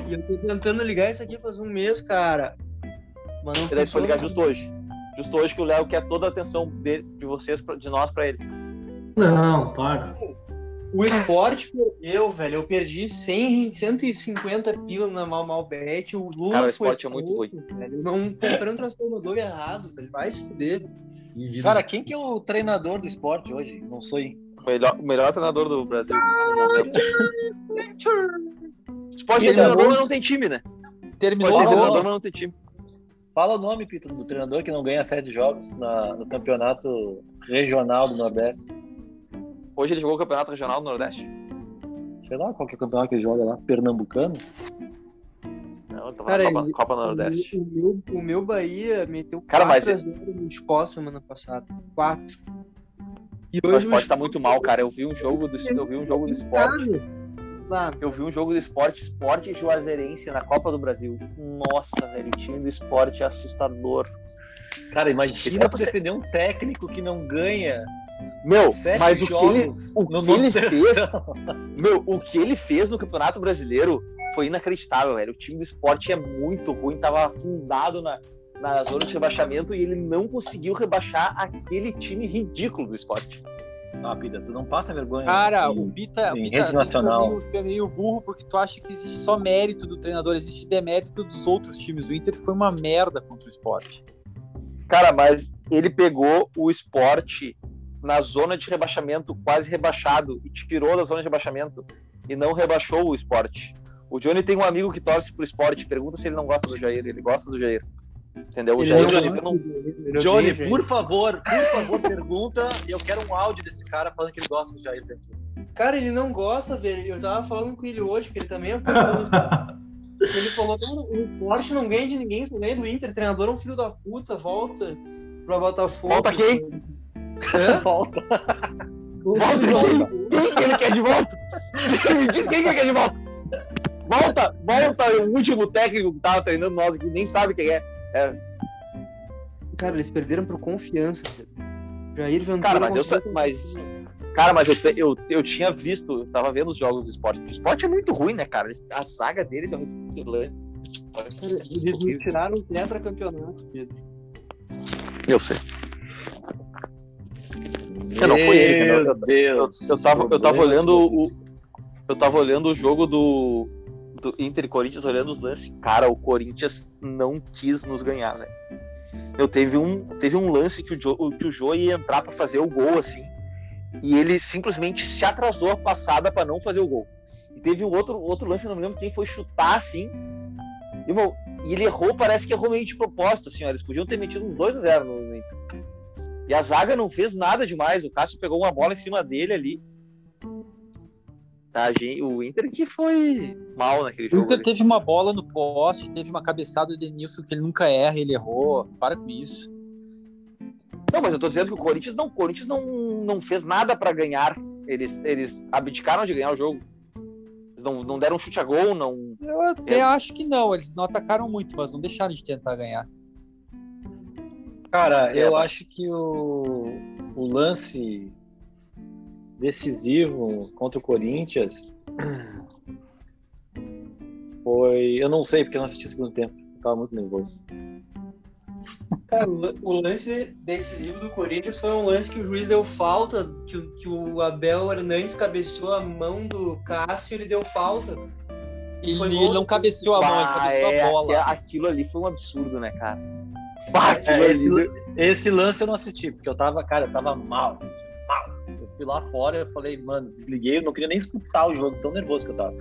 [SPEAKER 8] E eu tô tentando ligar isso aqui faz um mês, cara. Mas não
[SPEAKER 7] E daí tu foi
[SPEAKER 8] funciona.
[SPEAKER 7] ligar
[SPEAKER 2] Então,
[SPEAKER 7] justo hoje. Justo hoje que o Léo quer toda a atenção dele, de vocês, pra- de nós pra ele.
[SPEAKER 9] Não, para.
[SPEAKER 8] O esporte perdeu, velho. Eu perdi 100, 150 pila na Mal Mal Bet. O Lula
[SPEAKER 7] Cara, o
[SPEAKER 8] foi
[SPEAKER 7] esporte é muito
[SPEAKER 8] expulso, Velho. Eu Não comprei um transformador errado, velho. Vai se fuder.
[SPEAKER 2] Cara, quem que é o treinador do esporte hoje? Não sou, hein?
[SPEAKER 7] O
[SPEAKER 6] né?
[SPEAKER 7] melhor, o melhor treinador do Brasil.
[SPEAKER 2] Ele
[SPEAKER 7] Esporte tem Tipo, treinador,
[SPEAKER 2] não-
[SPEAKER 7] mas não tem time, né?
[SPEAKER 4] Terminou
[SPEAKER 7] Esporte tem
[SPEAKER 2] Ó,
[SPEAKER 7] treinador,
[SPEAKER 2] ó.
[SPEAKER 7] mas não tem time.
[SPEAKER 2] Fala o nome, Pito, do treinador que não ganha sete jogos na- no campeonato regional do Nordeste.
[SPEAKER 7] Hoje ele jogou o Campeonato Regional do Nordeste.
[SPEAKER 2] Sei lá qual que é o campeonato que ele joga lá, pernambucano.
[SPEAKER 7] Não, ele tava
[SPEAKER 8] Cara,
[SPEAKER 7] na Copa,
[SPEAKER 8] ele-
[SPEAKER 7] Copa Nordeste.
[SPEAKER 8] O meu, o meu Bahia meteu
[SPEAKER 7] Cara, mas
[SPEAKER 8] 4 a 0 no Spó semana passada. 4. E
[SPEAKER 7] O
[SPEAKER 8] hoje
[SPEAKER 7] esporte tá muito mal, cara. Eu vi um jogo do, eu vi um jogo do esporte.
[SPEAKER 8] tá lá.
[SPEAKER 7] Eu vi um jogo do esporte, esporte juazeirense na Copa do Brasil. Nossa, velho, o time do esporte é assustador.
[SPEAKER 2] Cara, imagina tu
[SPEAKER 7] tu
[SPEAKER 2] defender um técnico que não ganha
[SPEAKER 7] Meu,
[SPEAKER 2] sete
[SPEAKER 7] mas o que
[SPEAKER 2] jogos.
[SPEAKER 7] ele, o
[SPEAKER 2] no
[SPEAKER 7] que ele fez,
[SPEAKER 2] manutenção.
[SPEAKER 7] meu, o que ele fez no Campeonato Brasileiro foi inacreditável, velho. O time do esporte é muito ruim, tava afundado na, na zona de rebaixamento e ele não conseguiu rebaixar aquele time ridículo do esporte.
[SPEAKER 2] Ah, Pita, tu não passa vergonha. né?
[SPEAKER 4] Cara,
[SPEAKER 2] em-
[SPEAKER 4] o Pita,
[SPEAKER 2] em É,
[SPEAKER 4] o Pita
[SPEAKER 2] rede
[SPEAKER 4] às vezes,
[SPEAKER 2] nacional.
[SPEAKER 4] Tu é, meio, tu é meio burro porque tu acha que existe só mérito do treinador, existe demérito dos outros times. O Inter foi uma merda contra o esporte.
[SPEAKER 7] Cara, mas ele pegou o esporte na zona de rebaixamento, quase rebaixado, e tirou da zona de rebaixamento e não rebaixou o esporte. O Johnny tem um amigo que torce pro esporte, pergunta se ele não gosta do Jair. Ele gosta do Jair. Entendeu? O
[SPEAKER 8] Ele
[SPEAKER 7] Jair,
[SPEAKER 8] não
[SPEAKER 7] é Johnny,
[SPEAKER 8] gosta
[SPEAKER 7] eu não-
[SPEAKER 2] Johnny, por favor, por favor, pergunta. E eu quero um áudio desse cara falando que ele gosta do Jair Ventura.
[SPEAKER 8] Cara, ele não gosta, velho. Eu tava falando com ele hoje, que ele também é apoiador do esporte. Ele falou, cara, o esporte não ganha de ninguém, só ganha do Inter. Treinador é um filho da puta, volta pra Botafogo.
[SPEAKER 7] Volta quem?
[SPEAKER 2] Volta.
[SPEAKER 7] Volta quem? Quem que ele quer de volta? Me diz quem que ele quer de volta. Volta, volta o último técnico que tava treinando nós aqui, nem sabe quem é.
[SPEAKER 8] Cara, eles perderam por confiança, velho. Jair Ventura...
[SPEAKER 7] Cara, mas eu sa-
[SPEAKER 8] conseguiu-
[SPEAKER 7] mas cara, mas eu, te- eu, eu tinha visto, eu tava vendo os jogos do esporte. O esporte é muito ruim, né, cara? Eles- A zaga deles é um vigilante.
[SPEAKER 8] Cara, Eles me tiraram o tetracampeonato, Pedro.
[SPEAKER 7] Eu sei. Eu não fui ele, entendeu?
[SPEAKER 2] Meu Deus.
[SPEAKER 7] Eu tava, eu tava
[SPEAKER 2] Problemas
[SPEAKER 7] olhando
[SPEAKER 2] com
[SPEAKER 7] o. Eu tava olhando o jogo do, do Inter e Corinthians, olhando os lances. Cara, o Corinthians não quis nos ganhar, velho. Eu teve um, teve um lance que o, Jô, que o Jô ia entrar pra fazer o gol, assim. E ele simplesmente se atrasou a passada pra não fazer o gol. E teve um outro, outro lance, não me lembro quem foi chutar, assim. E, meu, e ele errou, parece que errou meio de propósito, assim, ó. Eles podiam ter metido uns 2 a 0 no, no Inter. E a zaga não fez nada demais. O Cássio pegou uma bola em cima dele ali. Tá, gente, o Inter que foi mal naquele
[SPEAKER 4] O
[SPEAKER 7] jogo.
[SPEAKER 4] Inter
[SPEAKER 7] ali.
[SPEAKER 4] teve uma bola no poste, teve uma cabeçada do Denilson que ele nunca erra, ele errou. Para com isso.
[SPEAKER 7] Não, mas eu tô dizendo que o Corinthians não, o Corinthians não, não fez nada pra ganhar. Eles, eles abdicaram de ganhar o jogo. Eles não, não deram um chute a gol, não.
[SPEAKER 4] Eu até
[SPEAKER 7] Eu-
[SPEAKER 4] acho que não, eles não atacaram muito, mas não deixaram de tentar ganhar.
[SPEAKER 2] Cara,
[SPEAKER 7] É,
[SPEAKER 2] eu
[SPEAKER 7] mas-
[SPEAKER 2] acho que o, o lance decisivo contra o Corinthians foi. Eu não sei, porque eu não assisti o segundo tempo. Eu tava muito nervoso.
[SPEAKER 8] Cara, É, o lan- o lance decisivo do Corinthians foi um lance que o juiz deu falta, que, o- que o Abel Hernandes cabeceou a mão do Cássio e ele deu falta.
[SPEAKER 4] Ele,
[SPEAKER 8] Foi Ah,
[SPEAKER 4] ele
[SPEAKER 8] gol
[SPEAKER 4] não
[SPEAKER 8] do-
[SPEAKER 4] cabeceou a mão, ele
[SPEAKER 7] Bah,
[SPEAKER 4] cabeceou
[SPEAKER 7] é,
[SPEAKER 4] a bola.
[SPEAKER 7] aque- Aquilo ali foi um absurdo, né, cara? Bah, aquilo
[SPEAKER 2] É,
[SPEAKER 7] ali
[SPEAKER 2] esse,
[SPEAKER 7] deu-
[SPEAKER 2] esse lance eu não assisti, porque eu tava, cara, eu tava mal. Mal. Eu fui lá fora eu falei, mano, desliguei, eu não queria nem escutar o jogo, tão nervoso que eu tava.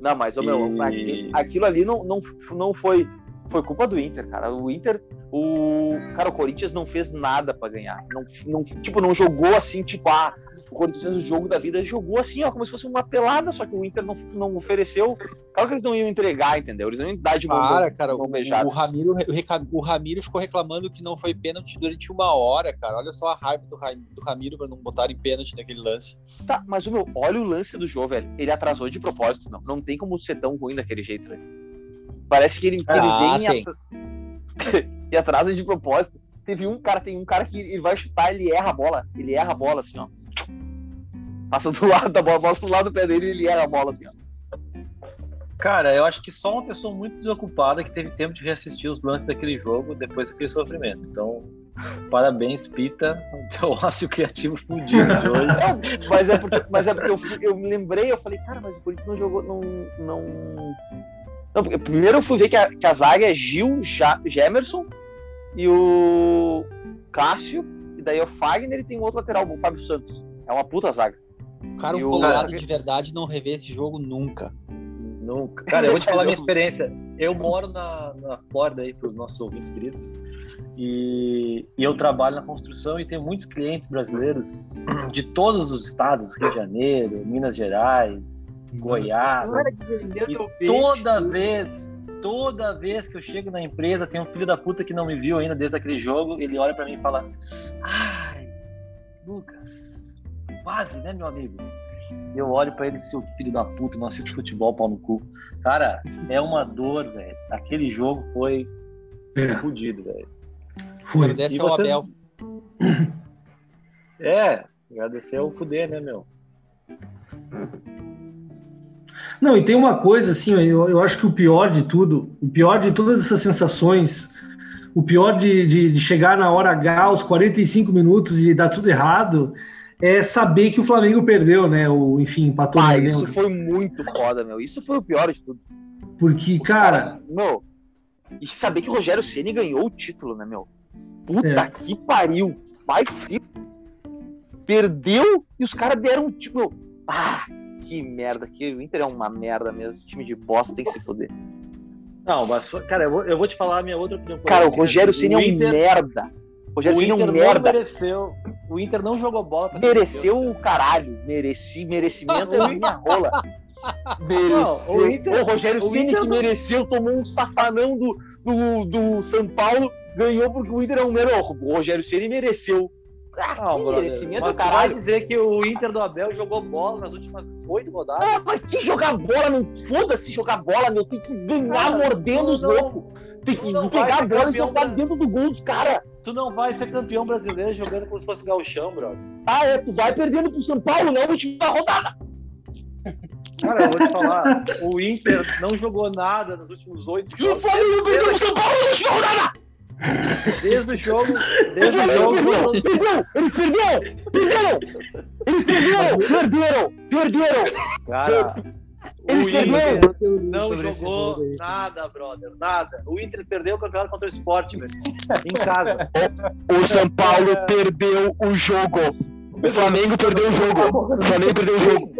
[SPEAKER 7] Não, mas ô, meu,
[SPEAKER 2] E-
[SPEAKER 7] aqui- aquilo ali não, não, não foi. Foi culpa do Inter, cara. O Inter, o. Cara, o Corinthians não fez nada pra ganhar. Não, não- tipo, não jogou assim, tipo, ah, o Corinthians fez o jogo da vida, jogou assim, ó, como se fosse uma pelada, só que o Inter não, não ofereceu. Claro que eles não iam entregar, entendeu? Eles não iam dar de mão,
[SPEAKER 4] Para, cara,
[SPEAKER 7] mão
[SPEAKER 4] o,
[SPEAKER 7] beijada.
[SPEAKER 4] o, Ramiro, o reca- o Ramiro ficou reclamando que não foi pênalti durante uma hora, cara. Olha só a raiva do, Ra- do Ramiro pra não botarem pênalti naquele lance.
[SPEAKER 7] Tá, mas o meu, olha o lance do jogo, velho. Ele atrasou de propósito, não. Não tem como ser tão ruim daquele jeito, velho. Parece que ele, que ele
[SPEAKER 4] Ah,
[SPEAKER 7] vem e
[SPEAKER 4] tem.
[SPEAKER 7] e atrasa de propósito. Teve um cara, tem um cara que ele vai chutar, ele erra a bola. Ele erra a bola, assim, ó. Passa do lado da bola, bola do lado do pé dele e ele era a bola assim, ó.
[SPEAKER 2] Cara, eu acho que só uma pessoa muito desocupada que teve tempo de reassistir os lances daquele jogo depois daquele sofrimento. Então, parabéns, Pita. O teu ócio criativo fudido de hoje.
[SPEAKER 7] Não, mas é porque, mas é porque eu, fui- eu me lembrei, eu falei, cara, mas o Corinthians não jogou, não. não... Não, porque primeiro eu fui ver que a, que a zaga é Gil, ja, Gemerson e o Cássio, e daí é o Fagner e tem um outro lateral, o Fábio Santos. É uma puta zaga.
[SPEAKER 13] Cara, um
[SPEAKER 7] E o-
[SPEAKER 13] colorado de verdade não revê esse jogo nunca.
[SPEAKER 2] Nunca. Cara, eu vou te falar a minha experiência. Eu moro na, na Flórida aí, para os nossos ouvintes queridos. E, e eu trabalho na construção e tenho muitos clientes brasileiros de todos os estados, Rio de Janeiro, Minas Gerais, Goiás,
[SPEAKER 8] Cara, que vendendo
[SPEAKER 2] E
[SPEAKER 8] o peixe.
[SPEAKER 2] toda vez, toda vez que eu chego na empresa, tem um filho da puta que não me viu ainda desde aquele jogo, ele olha pra mim e fala: Ai, Lucas, quase, né, meu amigo? E Eu olho pra ele, seu filho da puta, não assiste futebol, pau no cu. Cara, é uma dor, velho. Aquele jogo foi
[SPEAKER 9] É,
[SPEAKER 2] fodido, velho.
[SPEAKER 9] foi.
[SPEAKER 13] Dessa
[SPEAKER 2] E
[SPEAKER 13] é o
[SPEAKER 2] vocês-
[SPEAKER 13] Abel.
[SPEAKER 2] É, agradecer ao Cudê, né, meu?
[SPEAKER 9] Não, e tem uma coisa assim, ó, eu, eu acho que o pior de tudo, o pior de todas essas sensações, o pior de, de- de chegar na hora H, aos 45 minutos e dar tudo errado, é saber que o Flamengo perdeu, né? Ou, enfim, empatou
[SPEAKER 7] Pá,
[SPEAKER 9] né?
[SPEAKER 7] Ah, isso foi muito foda, meu. Isso foi o pior de tudo.
[SPEAKER 9] Porque,
[SPEAKER 7] Os
[SPEAKER 9] cara,
[SPEAKER 7] caras, meu, e saber que o Rogério Ceni ganhou o título, né, meu? Puta
[SPEAKER 9] É.
[SPEAKER 7] que pariu, vai se. Perdeu e os caras deram um tipo. meu, Ah, que merda, que o Inter é uma merda mesmo. Esse time de bosta tem que se foder.
[SPEAKER 2] Não, mas, cara, eu vou, eu vou te falar a minha outra opinião.
[SPEAKER 7] Cara, o
[SPEAKER 2] polêmica.
[SPEAKER 7] Rogério Ceni é um
[SPEAKER 2] Inter-
[SPEAKER 7] merda. O Rogério
[SPEAKER 2] O
[SPEAKER 7] Ceni é
[SPEAKER 2] Inter não
[SPEAKER 7] um merda.
[SPEAKER 2] mereceu. O Inter não jogou bola pra ser
[SPEAKER 7] Mereceu
[SPEAKER 2] campeão.
[SPEAKER 7] o caralho. Mereci, merecimento é minha rola. Mereceu.
[SPEAKER 2] o
[SPEAKER 7] o,
[SPEAKER 2] Inter-
[SPEAKER 7] Rogério
[SPEAKER 2] o
[SPEAKER 7] Ceni
[SPEAKER 2] Inter
[SPEAKER 7] que
[SPEAKER 2] não-
[SPEAKER 7] mereceu, tomou um safanão do, do, do São Paulo, ganhou porque o Inter é um melhor. O Rogério Ceni mereceu. Ah,
[SPEAKER 2] Não,
[SPEAKER 7] que
[SPEAKER 2] brother,
[SPEAKER 7] merecimento,
[SPEAKER 2] mas tu vai
[SPEAKER 7] caralho.
[SPEAKER 2] dizer que o Inter do Abel jogou bola nas últimas oito rodadas?
[SPEAKER 7] Ah, mas que jogar bola, não foda-se jogar bola, meu. Tem que ganhar
[SPEAKER 2] Cara,
[SPEAKER 7] tá mordendo
[SPEAKER 2] tu
[SPEAKER 7] os
[SPEAKER 2] não-
[SPEAKER 7] loucos. Tem
[SPEAKER 2] tu
[SPEAKER 7] que
[SPEAKER 2] não vai
[SPEAKER 7] pegar a
[SPEAKER 2] ser
[SPEAKER 7] bola e
[SPEAKER 2] campeão
[SPEAKER 7] jogar
[SPEAKER 2] da-
[SPEAKER 7] dentro do gol dos caras.
[SPEAKER 2] Tu não vai ser campeão brasileiro jogando como se fosse gauchão, brother.
[SPEAKER 7] Ah, é, tu vai perdendo pro São Paulo, né? Última rodada.
[SPEAKER 2] Cara, eu vou te falar, o Inter não jogou nada nos últimos oito
[SPEAKER 7] E o
[SPEAKER 2] jogos.
[SPEAKER 7] Flamengo perdeu pro São Paulo na última rodada.
[SPEAKER 2] Desde o jogo,
[SPEAKER 7] Eles
[SPEAKER 2] desde o
[SPEAKER 7] perderam, perderam,
[SPEAKER 2] jogo,
[SPEAKER 7] perderam, eles perderam, perderam, eles perderam, perderam, perderam,
[SPEAKER 2] cara, o
[SPEAKER 7] eles
[SPEAKER 2] Inter
[SPEAKER 7] perderam.
[SPEAKER 2] não
[SPEAKER 8] sobre esse
[SPEAKER 2] jogou
[SPEAKER 8] jogo aí.
[SPEAKER 2] nada, brother, nada. O Inter perdeu o campeonato contra o Sport, velho, em casa.
[SPEAKER 7] O São Paulo perdeu o jogo. O Flamengo perdeu o jogo. O Flamengo perdeu o jogo.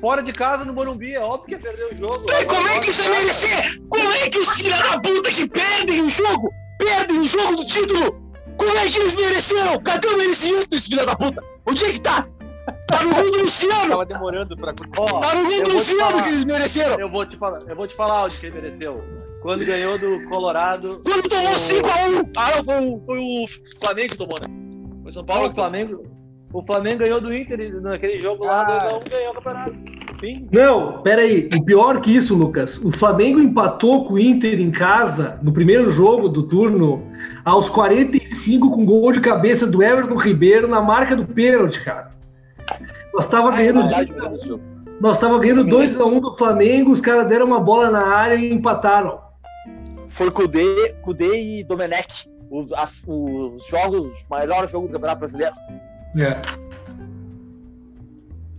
[SPEAKER 2] Fora de casa, no Morumbi, é óbvio que ia perder o jogo.
[SPEAKER 7] E como é que isso é merecer? Como é que os filha da puta que perdem o jogo, perdem o jogo do título? Como é que eles mereceram? Cadê o merecimento desse filha da puta? Onde é que tá? Tá no gol do Luciano!
[SPEAKER 13] Tava demorando pra
[SPEAKER 2] Ó,
[SPEAKER 7] Tá no
[SPEAKER 2] eu
[SPEAKER 7] gol do
[SPEAKER 2] vou te
[SPEAKER 7] Luciano
[SPEAKER 2] falar.
[SPEAKER 7] que eles mereceram!
[SPEAKER 2] Eu vou te falar, eu vou te falar onde que ele mereceu. Quando ganhou do Colorado,
[SPEAKER 7] Quando tomou 5x1! Ah, não, foi o, foi o Flamengo que tomou, né? Foi o São Paulo
[SPEAKER 2] o
[SPEAKER 7] que tá- tomou.
[SPEAKER 2] Flamengo, o Flamengo ganhou do Inter naquele jogo
[SPEAKER 7] Ah.
[SPEAKER 2] lá, 2x1, ganhou o campeonato. Fim.
[SPEAKER 9] Não, peraí. O pior que isso, Lucas. O Flamengo empatou com o Inter em casa no primeiro jogo do turno aos 45 com gol de cabeça do Everton Ribeiro na marca do pênalti, cara. Nós tava ganhando, nós tava ganhando 2 a 1 do Flamengo, os caras deram uma bola na área e empataram.
[SPEAKER 7] Foi Kudê, Kudê e Domenech. Os, a, os jogos, o melhor jogo do Campeonato Brasileiro.
[SPEAKER 9] É.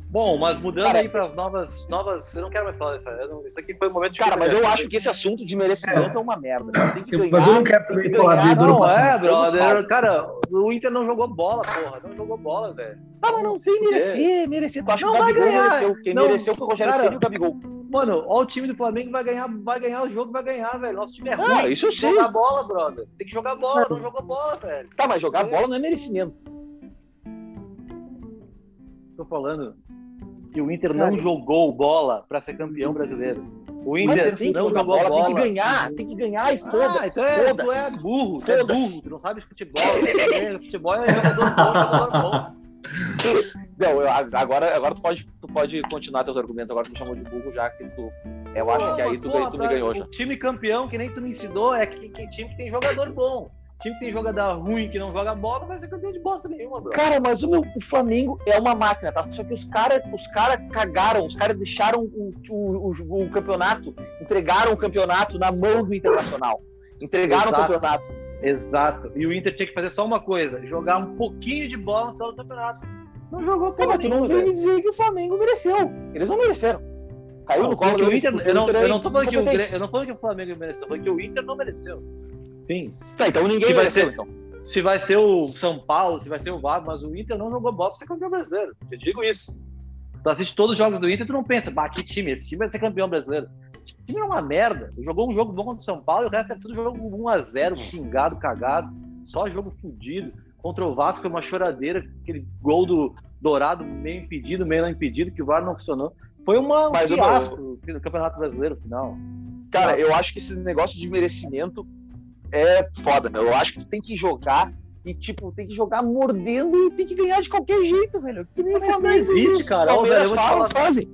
[SPEAKER 2] Bom, mas mudando
[SPEAKER 7] Cara,
[SPEAKER 2] aí para as novas, novas, eu não quero mais falar dessa, eu não- isso aqui foi um momento de
[SPEAKER 7] Cara, mas eu acho que esse assunto de merecimento é uma merda. né? Tem que
[SPEAKER 9] Eu-
[SPEAKER 7] ganhar.
[SPEAKER 9] mas eu não quero
[SPEAKER 7] tem que
[SPEAKER 9] também falar
[SPEAKER 7] ganhar.
[SPEAKER 9] do-
[SPEAKER 2] não
[SPEAKER 9] do-
[SPEAKER 2] é, brother. Cara, o Inter não jogou bola, porra. Não jogou bola, velho.
[SPEAKER 7] Ah, mas não, sem merecer, merecer. Tu acha
[SPEAKER 2] Não
[SPEAKER 7] que o
[SPEAKER 2] vai
[SPEAKER 7] Gabigol
[SPEAKER 2] ganhar.
[SPEAKER 7] mereceu. Quem
[SPEAKER 2] Não,
[SPEAKER 7] mereceu foi o Rogério
[SPEAKER 2] cara.
[SPEAKER 7] Ceni e o Gabigol.
[SPEAKER 2] Mano, ó, o time do Flamengo vai ganhar, vai ganhar o jogo, vai ganhar, velho. Nosso time é ruim.
[SPEAKER 7] Ah, isso eu
[SPEAKER 2] Tem que
[SPEAKER 7] sei.
[SPEAKER 2] jogar bola, brother. Tem que jogar bola, não jogou bola, velho.
[SPEAKER 7] Tá, mas jogar bola não é merecimento.
[SPEAKER 2] Tô falando que o Inter não jogou bola pra ser campeão brasileiro. O
[SPEAKER 7] Mas
[SPEAKER 2] Inter
[SPEAKER 7] tem que
[SPEAKER 2] não
[SPEAKER 7] jogar
[SPEAKER 2] jogou
[SPEAKER 7] bola,
[SPEAKER 2] bola.
[SPEAKER 7] tem que ganhar, tem que ganhar e
[SPEAKER 2] Ah,
[SPEAKER 7] foda-se.
[SPEAKER 2] então é, tu
[SPEAKER 7] foda-se.
[SPEAKER 2] é burro, tu é
[SPEAKER 7] Foda-se.
[SPEAKER 2] burro, tu não sabe de futebol. né? futebol é jogador bom, jogador bom.
[SPEAKER 7] Não, eu- agora, agora tu, pode, tu pode continuar teus argumentos. Agora tu me chamou de burro já que tu. Eu a
[SPEAKER 2] Não,
[SPEAKER 7] acho que aí
[SPEAKER 2] mas,
[SPEAKER 7] tu,
[SPEAKER 2] porra,
[SPEAKER 7] tu me ganhou já.
[SPEAKER 2] é O time campeão, que nem tu me ensinou, é que, que time que tem jogador bom. time que tem jogador ruim que não joga bola vai ser campeão de bosta nenhuma, bro.
[SPEAKER 7] Cara, mas o, meu, o Flamengo é uma máquina, tá? Só que os caras os cara cagaram, os caras deixaram o, o, o, o campeonato, entregaram o campeonato na mão do Internacional. Entregaram o
[SPEAKER 2] Exato.
[SPEAKER 7] campeonato.
[SPEAKER 2] Exato. E o Inter tinha que fazer só uma coisa: jogar um pouquinho de bola no final do campeonato. Não jogou
[SPEAKER 7] Pô, mas tu não veio me dizer que o Flamengo mereceu. Eles não mereceram. Caiu no colo
[SPEAKER 2] Porque o
[SPEAKER 7] deles,
[SPEAKER 2] Inter,
[SPEAKER 7] porque
[SPEAKER 2] eu, não,
[SPEAKER 7] é
[SPEAKER 2] eu, não tô falando que o,
[SPEAKER 7] incompetente.
[SPEAKER 2] Gre- eu não tô falando que o Flamengo mereceu, eu falei que o Inter não mereceu. Sim.
[SPEAKER 7] Tá, então ninguém então.
[SPEAKER 2] se vai
[SPEAKER 7] mereceu,
[SPEAKER 2] ser, Se vai ser o São Paulo, se vai ser o Vasco, mas o Inter não jogou bola pra ser campeão brasileiro. Eu digo isso. Tu assiste todos os jogos do Inter, tu não pensa, bah, que time, esse time vai ser campeão brasileiro. Esse time é uma merda. Jogou um jogo bom contra o São Paulo e o resto é tudo jogo 1x0, xingado, cagado. Só jogo fudido. Contra o Vasco foi uma choradeira, aquele gol do Dourado meio impedido, meio não impedido, que o VAR não funcionou. Foi uma, um
[SPEAKER 7] Mas, ô, meu,
[SPEAKER 2] fiasco do Campeonato Brasileiro final.
[SPEAKER 7] Cara, eu acho que esse negócio de merecimento é foda, meu. Eu acho que tu tem que jogar e, tipo, tem que jogar mordendo e tem que ganhar de qualquer jeito, velho. Que nem o
[SPEAKER 2] Mas não
[SPEAKER 7] Flamengo,
[SPEAKER 2] existe,
[SPEAKER 7] o
[SPEAKER 2] cara. Ô, velho, eu
[SPEAKER 7] Palmeiras
[SPEAKER 2] vou te
[SPEAKER 7] falam,
[SPEAKER 2] falar-
[SPEAKER 7] fazem.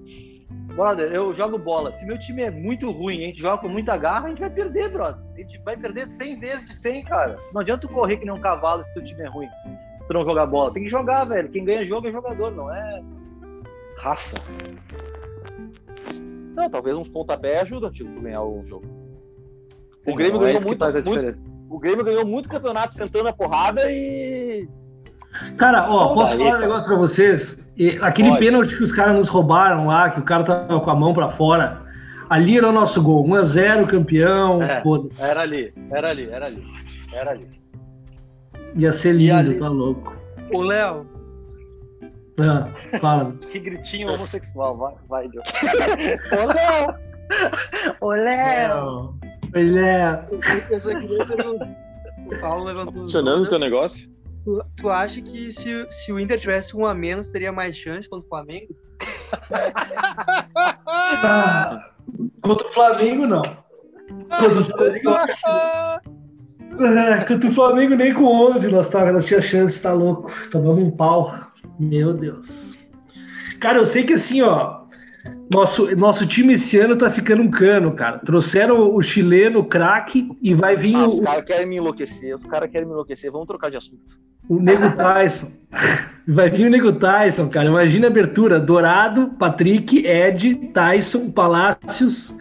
[SPEAKER 2] Brother, eu jogo bola. Se meu time é muito ruim, a gente joga com muita garra, a gente vai perder, brother. A gente vai perder 100 vezes de 100, cara. Não adianta tu correr que nem um cavalo se teu time é ruim. Se tu não jogar bola. Tem que jogar, velho. Quem ganha jogo é jogador, não é raça.
[SPEAKER 7] Não, talvez uns pontapés ajudam tipo, tu ganhar o jogo.
[SPEAKER 2] Sim,
[SPEAKER 7] o Grêmio
[SPEAKER 2] não é
[SPEAKER 7] ganhou
[SPEAKER 2] isso que
[SPEAKER 7] muito,
[SPEAKER 2] faz a
[SPEAKER 7] muito-
[SPEAKER 2] diferença.
[SPEAKER 7] O Grêmio ganhou muito campeonato sentando a porrada e.
[SPEAKER 9] Cara, ó,
[SPEAKER 7] Solta
[SPEAKER 9] posso
[SPEAKER 7] aí,
[SPEAKER 9] falar um
[SPEAKER 7] cara.
[SPEAKER 9] negócio pra vocês? E Aquele
[SPEAKER 7] Pode.
[SPEAKER 9] pênalti que os caras nos roubaram lá, que o cara tava com a mão pra fora, ali era o nosso gol. 1x0, campeão,
[SPEAKER 2] É.
[SPEAKER 9] foda
[SPEAKER 2] Era ali, era ali, era ali. Era ali.
[SPEAKER 9] Ia ser lindo, tá louco.
[SPEAKER 8] Ô, Léo,
[SPEAKER 9] Ah, fala.
[SPEAKER 2] Que gritinho um homossexual. Vai, vai, Diogo.
[SPEAKER 7] Olha,
[SPEAKER 2] Ô, Léo!
[SPEAKER 9] Ele é.
[SPEAKER 8] eu só queria perguntar. O Paulo levantou os
[SPEAKER 4] Tá Funcionando o
[SPEAKER 8] números.
[SPEAKER 4] teu negócio?
[SPEAKER 8] Tu, tu acha que se, se o Inter tivesse um a menos, teria mais chance contra o Flamengo?
[SPEAKER 9] Ah, contra o Flamengo, não. Contra o Flamengo, Ah, contra o Flamengo nem com 11 nós, tava, nós tinha chance, tá louco. Tomamos um pau. Meu Deus. Cara, eu sei que assim, ó. Nosso, nosso time esse ano tá ficando um cano, cara. Trouxeram o chileno, o craque, e vai vir
[SPEAKER 7] Ah, os
[SPEAKER 9] o,
[SPEAKER 7] caras querem me enlouquecer, os caras querem me enlouquecer. Vamos trocar de assunto.
[SPEAKER 9] o Nego Tyson. Vai vir o Nego Tyson, cara. Imagina a abertura. Dourado, Patrick, Ed, Tyson, Palácios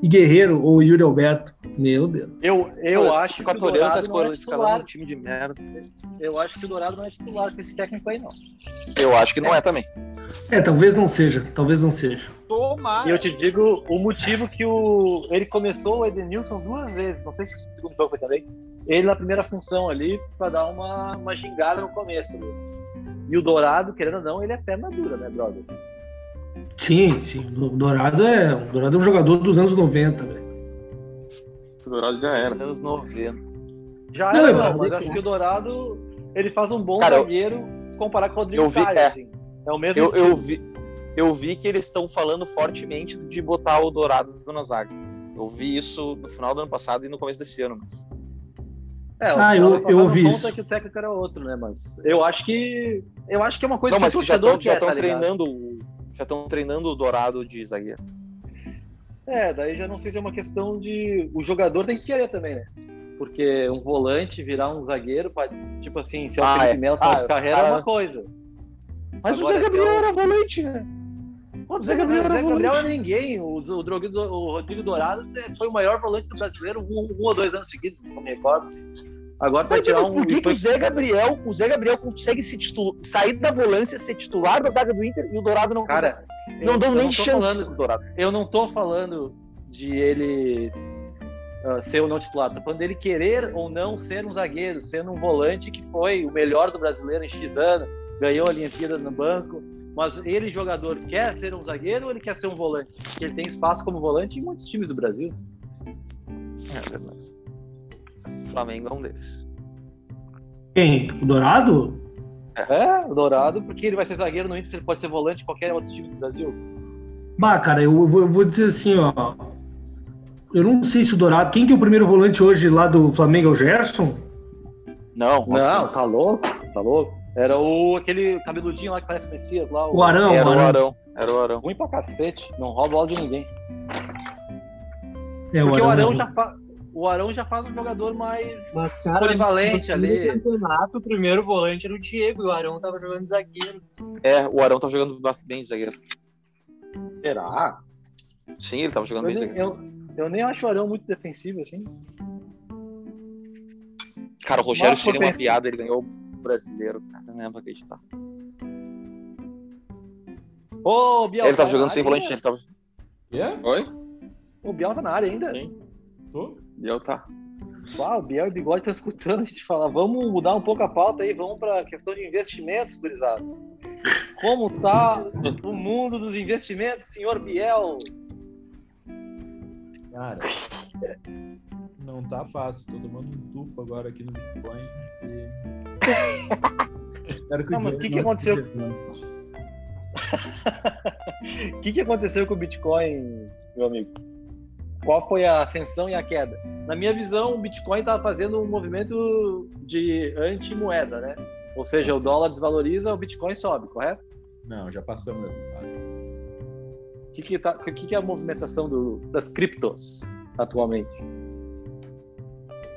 [SPEAKER 9] e Guerreiro, ou Yuri Alberto. Meu Deus.
[SPEAKER 2] Eu, eu acho
[SPEAKER 7] o
[SPEAKER 2] que o
[SPEAKER 7] Catorano tá
[SPEAKER 2] Dourado não é
[SPEAKER 7] escolhendo escalando um
[SPEAKER 2] titular.
[SPEAKER 7] time de merda.
[SPEAKER 2] Eu acho que o Dourado não é titular com esse técnico aí, não.
[SPEAKER 7] Eu acho que não é também.
[SPEAKER 9] É, talvez não seja. Talvez não seja.
[SPEAKER 2] E
[SPEAKER 4] Tomara!
[SPEAKER 2] eu te digo o motivo que o ele começou o Edenilson duas vezes, não sei se o segundo jogo foi também. Ele na primeira função ali pra dar uma, uma gingada no começo. né? E o Dourado, querendo ou não, ele é perna dura, né, brother?
[SPEAKER 9] Sim, sim. O Dourado é, o Dourado é um jogador dos anos 90, velho.
[SPEAKER 4] O Dourado já era.
[SPEAKER 7] Anos 90.
[SPEAKER 2] Já
[SPEAKER 9] Não,
[SPEAKER 2] era,
[SPEAKER 9] eu- é.
[SPEAKER 2] não, mas eu acho que o Dourado ele faz um bom
[SPEAKER 7] Cara, eu-
[SPEAKER 2] zagueiro comparado com o Rodrigo
[SPEAKER 7] eu vi-
[SPEAKER 2] Caio,
[SPEAKER 7] é.
[SPEAKER 2] assim. É o mesmo
[SPEAKER 7] Eu,
[SPEAKER 2] estilo.
[SPEAKER 7] eu, vi, eu vi que eles estão falando fortemente de botar o Dourado na zaga. Eu vi isso no final do ano passado e no começo desse ano. mas-
[SPEAKER 2] É, o
[SPEAKER 9] Ah,
[SPEAKER 2] que
[SPEAKER 9] eu-
[SPEAKER 2] tava
[SPEAKER 9] eu
[SPEAKER 2] passando
[SPEAKER 9] ouvi
[SPEAKER 2] conta
[SPEAKER 9] isso.
[SPEAKER 2] é que o técnico era outro, né, mas eu acho que eu acho que é uma coisa
[SPEAKER 7] Não, mas
[SPEAKER 2] que o
[SPEAKER 7] que já
[SPEAKER 2] torcedor
[SPEAKER 7] estão já
[SPEAKER 2] quer,
[SPEAKER 7] tão
[SPEAKER 2] tá ligado?
[SPEAKER 7] treinando o. Já estão treinando o Dourado de zagueiro.
[SPEAKER 2] É, daí já não sei se é uma questão de. O jogador tem que querer também, né? Porque um volante virar um zagueiro, pode, tipo assim, se é o
[SPEAKER 7] Ah,
[SPEAKER 2] Felipe
[SPEAKER 7] é.
[SPEAKER 2] Melo tá
[SPEAKER 7] Ah,
[SPEAKER 2] de carreira, é
[SPEAKER 7] cara-
[SPEAKER 2] uma coisa.
[SPEAKER 7] Mas
[SPEAKER 2] Agora,
[SPEAKER 7] o Zé
[SPEAKER 2] se é
[SPEAKER 7] Gabriel
[SPEAKER 2] o-
[SPEAKER 7] era volante, né?
[SPEAKER 2] O Zé Gabriel, o Zé Gabriel é ninguém. O, o, Drogu- o Rodrigo Dourado foi o maior volante do brasileiro um, um ou dois anos seguidos, não me recordo. Agora vai
[SPEAKER 7] Mas,
[SPEAKER 2] tirar
[SPEAKER 7] mas
[SPEAKER 2] um.
[SPEAKER 7] por que, que o
[SPEAKER 2] foi-
[SPEAKER 7] Zé Gabriel, o Zé Gabriel consegue se titular, sair da volância, ser titular da zaga do Inter e o Dourado não consegue?
[SPEAKER 2] Cara,
[SPEAKER 7] não dão
[SPEAKER 2] é, eu
[SPEAKER 7] nem
[SPEAKER 2] não tô
[SPEAKER 7] chance
[SPEAKER 2] falando-
[SPEAKER 7] pro Dourado.
[SPEAKER 2] eu não tô falando de ele ah, ser ou não titular, tô falando dele querer ou não ser um zagueiro, sendo um volante que foi o melhor do brasileiro em X ano, ganhou a Olimpíada no banco. Mas ele, jogador, quer ser um zagueiro ou ele quer ser um volante? Porque ele tem espaço como volante em muitos times do Brasil.
[SPEAKER 7] É verdade. O Flamengo é um deles.
[SPEAKER 9] Quem? O Dourado?
[SPEAKER 2] É, o Dourado, porque ele vai ser zagueiro no Inter, se ele pode ser volante em qualquer outro time do Brasil.
[SPEAKER 9] Bah, cara, eu vou, eu vou dizer assim, ó. Eu não sei se o Dourado. Quem que é o primeiro volante hoje lá do Flamengo? É o Gerson?
[SPEAKER 7] Não,
[SPEAKER 2] Não, tá louco, tá louco. Era o aquele cabeludinho lá que parece o Messias lá.
[SPEAKER 9] O Arão?
[SPEAKER 7] era
[SPEAKER 9] o
[SPEAKER 7] o
[SPEAKER 9] Arão.
[SPEAKER 7] Arão. Era o Arão.
[SPEAKER 2] Ruim pra cacete, não rouba bola de ninguém.
[SPEAKER 9] É,
[SPEAKER 2] Porque o
[SPEAKER 5] né?
[SPEAKER 9] Arão.
[SPEAKER 2] Arão já fa- O Arão já faz um jogador mais
[SPEAKER 6] Mas, cara,
[SPEAKER 2] polivalente
[SPEAKER 6] no time
[SPEAKER 2] ali.
[SPEAKER 6] do campeonato, o primeiro volante era o Diego e o Arão tava jogando de zagueiro.
[SPEAKER 7] É, o Arão tava jogando bastante bem de zagueiro.
[SPEAKER 2] Será?
[SPEAKER 7] Sim, ele tava jogando
[SPEAKER 2] Eu
[SPEAKER 7] bem de
[SPEAKER 2] nem,
[SPEAKER 7] zagueiro.
[SPEAKER 2] eu, eu nem acho o Arão muito defensivo, assim.
[SPEAKER 7] Cara, o Rogério
[SPEAKER 2] Mas,
[SPEAKER 7] seria
[SPEAKER 2] por
[SPEAKER 7] uma
[SPEAKER 2] pensar-
[SPEAKER 7] piada, ele ganhou o brasileiro, cara. Não é pra acreditar.
[SPEAKER 2] Ô, Biel,
[SPEAKER 7] ele tava
[SPEAKER 2] tá
[SPEAKER 7] jogando
[SPEAKER 2] na
[SPEAKER 7] sem
[SPEAKER 2] área
[SPEAKER 7] volante,
[SPEAKER 2] ainda?
[SPEAKER 7] ele tava. Oi?
[SPEAKER 2] O Biel tá na área ainda?
[SPEAKER 7] E eu tá.
[SPEAKER 2] Uau, o Biel e o Bigode estão escutando a gente falar. Vamos mudar um pouco a pauta aí, vamos para a questão de investimentos, gurizada. Como tá o mundo dos investimentos, senhor Biel?
[SPEAKER 1] Cara, não tá fácil. Tô tomando um tufo agora aqui no Bitcoin. e- Espero
[SPEAKER 2] Não, mas
[SPEAKER 1] dinheiro
[SPEAKER 2] que que
[SPEAKER 1] não
[SPEAKER 2] aconteceu?
[SPEAKER 1] seja-
[SPEAKER 2] O que, que aconteceu com o Bitcoin, meu amigo? Qual foi a ascensão e a queda? Na minha visão, o Bitcoin estava fazendo um movimento de anti-moeda, né? Ou seja, o dólar desvaloriza, o Bitcoin sobe, correto?
[SPEAKER 1] Não, já passamos essa fase.
[SPEAKER 2] O que, que, tá- o que que é a movimentação do- das criptos atualmente?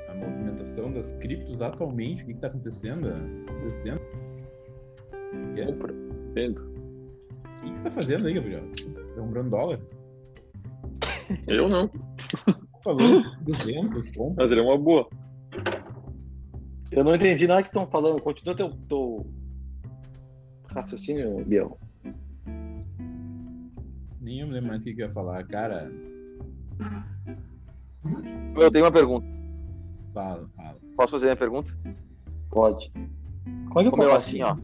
[SPEAKER 1] A movimentação das criptos atualmente, o que, que tá acontecendo? Tá Acontecendo? Compra,
[SPEAKER 2] venda.
[SPEAKER 1] O que, que você tá fazendo aí, Gabriel? Tá comprando dólar?
[SPEAKER 14] Eu não.
[SPEAKER 1] Falou 200, compra.
[SPEAKER 14] Mas ele é uma boa.
[SPEAKER 2] Eu não entendi nada que estão falando. Continua teu, teu raciocínio, Biel.
[SPEAKER 1] Nem eu me lembro mais o que, que eu ia falar. Cara,
[SPEAKER 7] Eu tenho uma pergunta.
[SPEAKER 1] fala, fala.
[SPEAKER 7] Posso fazer minha pergunta?
[SPEAKER 2] Pode. Como
[SPEAKER 7] Ô, meu, assim, ó.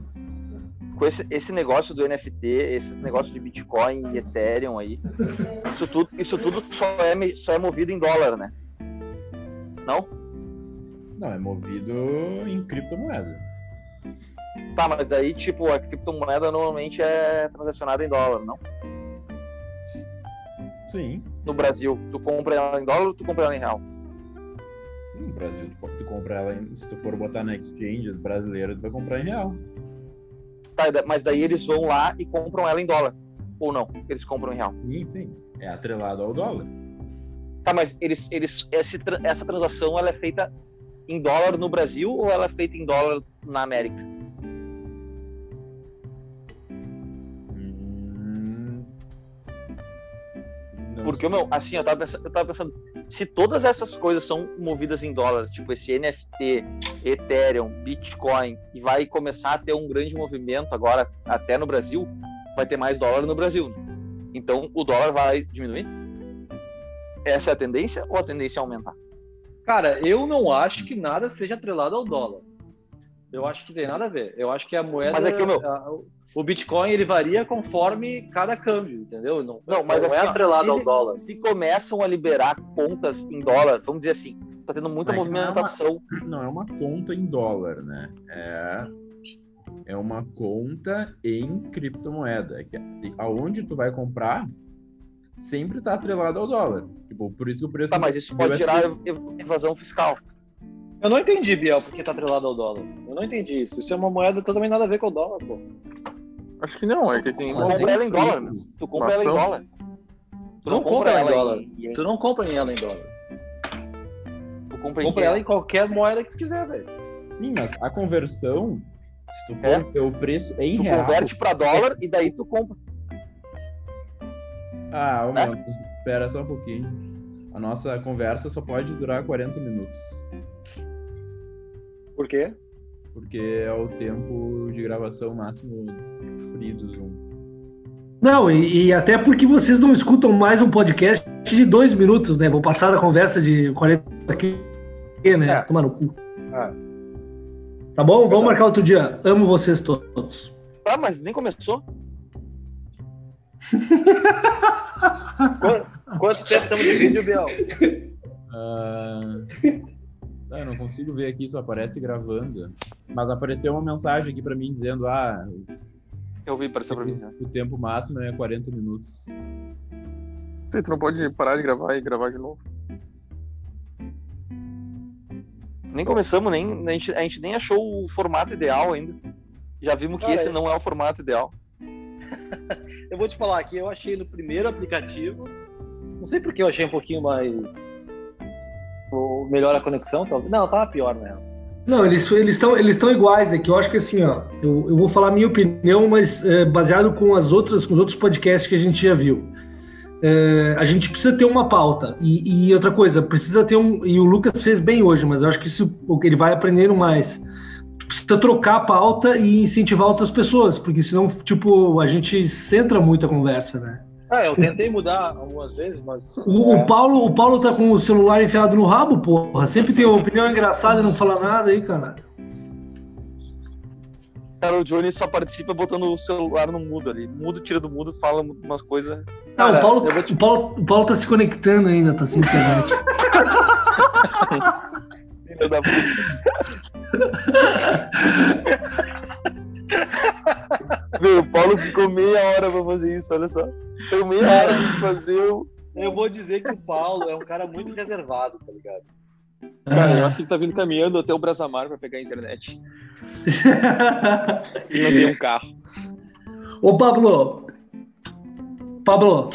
[SPEAKER 7] Com esse, esse negócio do NFT, esses negócios de Bitcoin e Ethereum aí, isso tudo, isso tudo só, é, me- só é movido em dólar, né? Não?
[SPEAKER 1] Não, é movido em criptomoeda.
[SPEAKER 7] Tá, mas daí, tipo, a criptomoeda normalmente é transacionada em dólar, não?
[SPEAKER 1] Sim.
[SPEAKER 7] No Brasil, tu compra ela em dólar ou tu compra ela em real?
[SPEAKER 1] No Brasil, tu, tu compra ela, em- se tu for botar na exchange brasileira, tu vai comprar em real.
[SPEAKER 7] Tá, e da- mas daí eles vão lá e compram ela em dólar. Ou não, eles compram em real.
[SPEAKER 1] Sim, sim. É atrelado ao dólar.
[SPEAKER 7] Tá, mas eles, eles, esse tra- essa transação ela é feita em dólar no Brasil ou ela é feita em dólar na América?
[SPEAKER 1] Hum.
[SPEAKER 7] Porque, meu, assim, eu tava, pensando, eu tava pensando, se todas essas coisas são movidas em dólar, tipo esse NFT, Ethereum, Bitcoin, e vai começar a ter um grande movimento agora, até no Brasil, vai ter mais dólar no Brasil. né? Então, o dólar vai diminuir? Essa é a tendência ou a tendência é aumentar?
[SPEAKER 2] Cara, eu não acho que nada seja atrelado ao dólar. Eu acho que tem nada a ver. Eu acho que a moeda.
[SPEAKER 7] Mas é que o meu-
[SPEAKER 2] a- o- o Bitcoin ele varia conforme cada câmbio, entendeu? Não,
[SPEAKER 7] Não, mas
[SPEAKER 2] não
[SPEAKER 7] assim,
[SPEAKER 2] é
[SPEAKER 7] ó,
[SPEAKER 2] atrelado
[SPEAKER 7] se
[SPEAKER 2] ao
[SPEAKER 7] ele-
[SPEAKER 2] dólar.
[SPEAKER 7] Se começam a liberar contas em dólar, vamos dizer assim, tá tendo muita
[SPEAKER 1] Mas não é uma-
[SPEAKER 7] movimentação.
[SPEAKER 1] Não é uma conta em dólar, né? É, é uma conta em criptomoeda. Que aonde tu vai comprar sempre tá atrelado ao dólar. Tipo, por isso que o preço.
[SPEAKER 7] Tá, mas isso pode gerar ev- evasão fiscal.
[SPEAKER 2] Eu não entendi, Biel, porque tá atrelado ao dólar. Eu não entendi isso. Isso é uma moeda totalmente nada a ver com o dólar, pô.
[SPEAKER 14] Acho que não, é que tem
[SPEAKER 2] Tu compra ela em
[SPEAKER 1] é
[SPEAKER 2] dólar,
[SPEAKER 1] um
[SPEAKER 14] meu.
[SPEAKER 7] Tu compra ela em dólar.
[SPEAKER 2] Tu não, compra ela em dólar. Tu não compra ela em dólar.
[SPEAKER 7] Tu
[SPEAKER 2] compra,
[SPEAKER 7] em quê?
[SPEAKER 2] ela em qualquer moeda que tu quiser, velho.
[SPEAKER 1] Sim, mas a conversão, se tu for
[SPEAKER 2] É.
[SPEAKER 1] ver o preço em
[SPEAKER 7] Tu
[SPEAKER 1] real.
[SPEAKER 7] converte pra dólar e daí tu compra. É?
[SPEAKER 1] Ah, ô, meu, espera só um pouquinho. A nossa conversa só pode durar 40 minutos.
[SPEAKER 2] Por quê?
[SPEAKER 1] Porque é o tempo de gravação máximo free do Zoom.
[SPEAKER 9] Não, e, e até porque vocês não escutam mais um podcast de dois minutos, né? Vou passar da conversa de 40 aqui, né? Tomar no cu. Tá bom? Vamos marcar outro dia. Amo vocês todos.
[SPEAKER 7] Tá, mas nem começou.
[SPEAKER 2] Quanto, quanto tempo estamos de vídeo, Biel?
[SPEAKER 1] Ah, ah, eu não consigo ver aqui, só aparece gravando. Mas apareceu uma mensagem aqui pra mim dizendo: ah,
[SPEAKER 7] Eu vi, apareceu pra mim. né?
[SPEAKER 1] o tempo máximo é 40 minutos.
[SPEAKER 14] Sei, Tu não pode parar de gravar e gravar de novo.
[SPEAKER 7] Nem começamos, nem, a, gente, a gente nem achou o formato ideal ainda. Já vimos que
[SPEAKER 2] Cara,
[SPEAKER 7] esse
[SPEAKER 2] eu-
[SPEAKER 7] não é o formato ideal.
[SPEAKER 2] Eu vou te falar aqui, eu achei no primeiro aplicativo. Não sei porque eu achei um pouquinho mais Ou melhora a conexão, talvez. Não, tava pior né? mesmo.
[SPEAKER 9] Não, eles eles estão eles estão iguais aqui. Eu acho que assim, ó, eu, eu vou falar a minha opinião, mas eh, baseado com as outras com os outros podcasts que a gente já viu. Eh, a gente precisa ter uma pauta e, e outra coisa precisa ter um e o Lucas fez bem hoje, mas eu acho que isso o que ele vai aprendendo mais. Tu Precisa trocar a pauta e incentivar outras pessoas, porque senão tipo a gente centra muito a conversa, né?
[SPEAKER 2] Ah, eu tentei mudar algumas vezes, mas.
[SPEAKER 9] O, o Paulo, o Paulo tá com o celular enfiado no rabo, porra. Sempre tem uma opinião engraçada e não fala nada aí, cara.
[SPEAKER 7] Cara, o Johnny só participa botando o celular no mudo ali. Mudo, tira do mudo, fala umas coisas.
[SPEAKER 9] Não, o Paulo, o, Paulo, o Paulo tá se conectando ainda, tá sem internet.
[SPEAKER 7] Filho da puta. Meu, o Paulo ficou meia hora pra fazer isso, é olha só. Saiu meia hora pra fazer o.
[SPEAKER 2] Eu vou dizer que o Paulo é um cara muito reservado, tá ligado?
[SPEAKER 4] Cara, eu acho que ele tá vindo caminhando até o Brasamar pra pegar a internet. E não tem um carro.
[SPEAKER 9] Ô, Pablo. Pablo.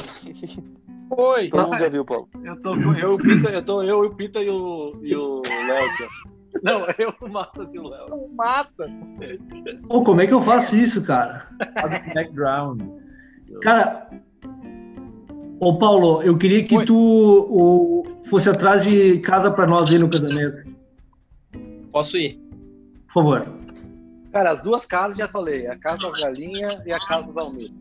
[SPEAKER 4] Oi!
[SPEAKER 7] Todo mundo já viu, Paulo.
[SPEAKER 2] Eu tô com- eu, o Pita, eu tô eu, o Pita e o, e o Léo. aqui, ó. Não, eu, o Matas e o Léo. O Matas?
[SPEAKER 9] Pô, como é que eu faço isso, cara? um
[SPEAKER 15] Background.
[SPEAKER 9] Cara. Ô, Paulo, eu queria que tu o, fosse atrás de casa pra nós aí no casamento,
[SPEAKER 2] Posso ir?
[SPEAKER 9] por favor.
[SPEAKER 2] Cara, as duas casas já falei: a casa das galinhas e a casa do Valmir.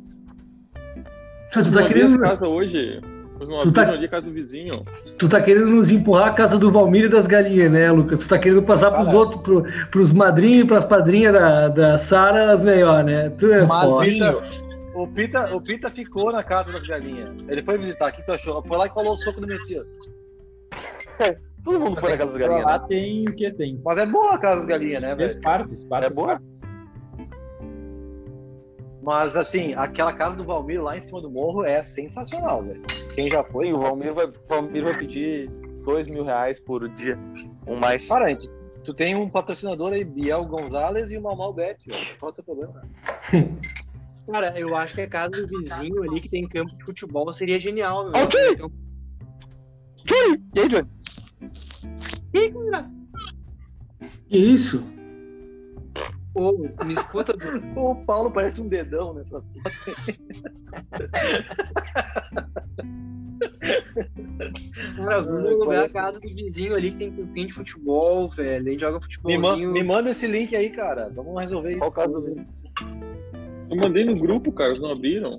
[SPEAKER 9] Tu
[SPEAKER 4] Eu
[SPEAKER 9] tá
[SPEAKER 4] abri
[SPEAKER 9] querendo.
[SPEAKER 4] as casas hoje. Os
[SPEAKER 9] Tu tá-
[SPEAKER 4] novinhos ali, casa do vizinho.
[SPEAKER 9] Tu tá querendo nos empurrar a casa do Valmir e das galinhas, né, Lucas? Tu tá querendo passar pros outros, pro, pros madrinhos e pras padrinhas da, da Sara as melhores, né? Tu é foda.
[SPEAKER 2] O Pita, o Pita ficou na casa das galinhas. Ele foi visitar. O que tu achou? Foi lá e colou o soco do Messias.
[SPEAKER 7] Todo mundo foi na casa das galinhas,
[SPEAKER 15] Lá tem o que tem?
[SPEAKER 2] Mas é boa a casa das galinhas, né,
[SPEAKER 15] Três
[SPEAKER 2] velho?
[SPEAKER 15] partes, quatro
[SPEAKER 7] Tá. É boa?
[SPEAKER 15] partes.
[SPEAKER 2] Mas assim, aquela casa do Valmir lá em cima do morro é sensacional, velho. Quem já foi.
[SPEAKER 7] Sim, o Valmir vai, o Valmir vai pedir dois mil reais por dia. Um mais.
[SPEAKER 2] Para, gente, tu tem um patrocinador aí, Biel Gonzalez e uma Malbete, velho. Qual é o teu problema?
[SPEAKER 8] Cara, eu acho que a casa do vizinho ali que tem campo de futebol seria genial, Então-
[SPEAKER 7] Ó,
[SPEAKER 8] velho.
[SPEAKER 7] o Johnny! Johnny! E aí, Johnny?
[SPEAKER 8] Ih, cara.
[SPEAKER 9] Que isso?
[SPEAKER 8] Ô, me escuta, Bruno.
[SPEAKER 2] O Paulo parece um dedão nessa foto.
[SPEAKER 8] Cara, vamos
[SPEAKER 2] Ai,
[SPEAKER 8] alugar a
[SPEAKER 2] parece-
[SPEAKER 8] casa do vizinho ali que tem campinho de futebol, velho. Aí joga
[SPEAKER 2] Me, man-
[SPEAKER 8] futebolzinho.
[SPEAKER 2] me manda esse link aí, cara. Vamos resolver isso.
[SPEAKER 7] Qual casa do vizinho?
[SPEAKER 4] Eu mandei no grupo, cara, eles não abriram.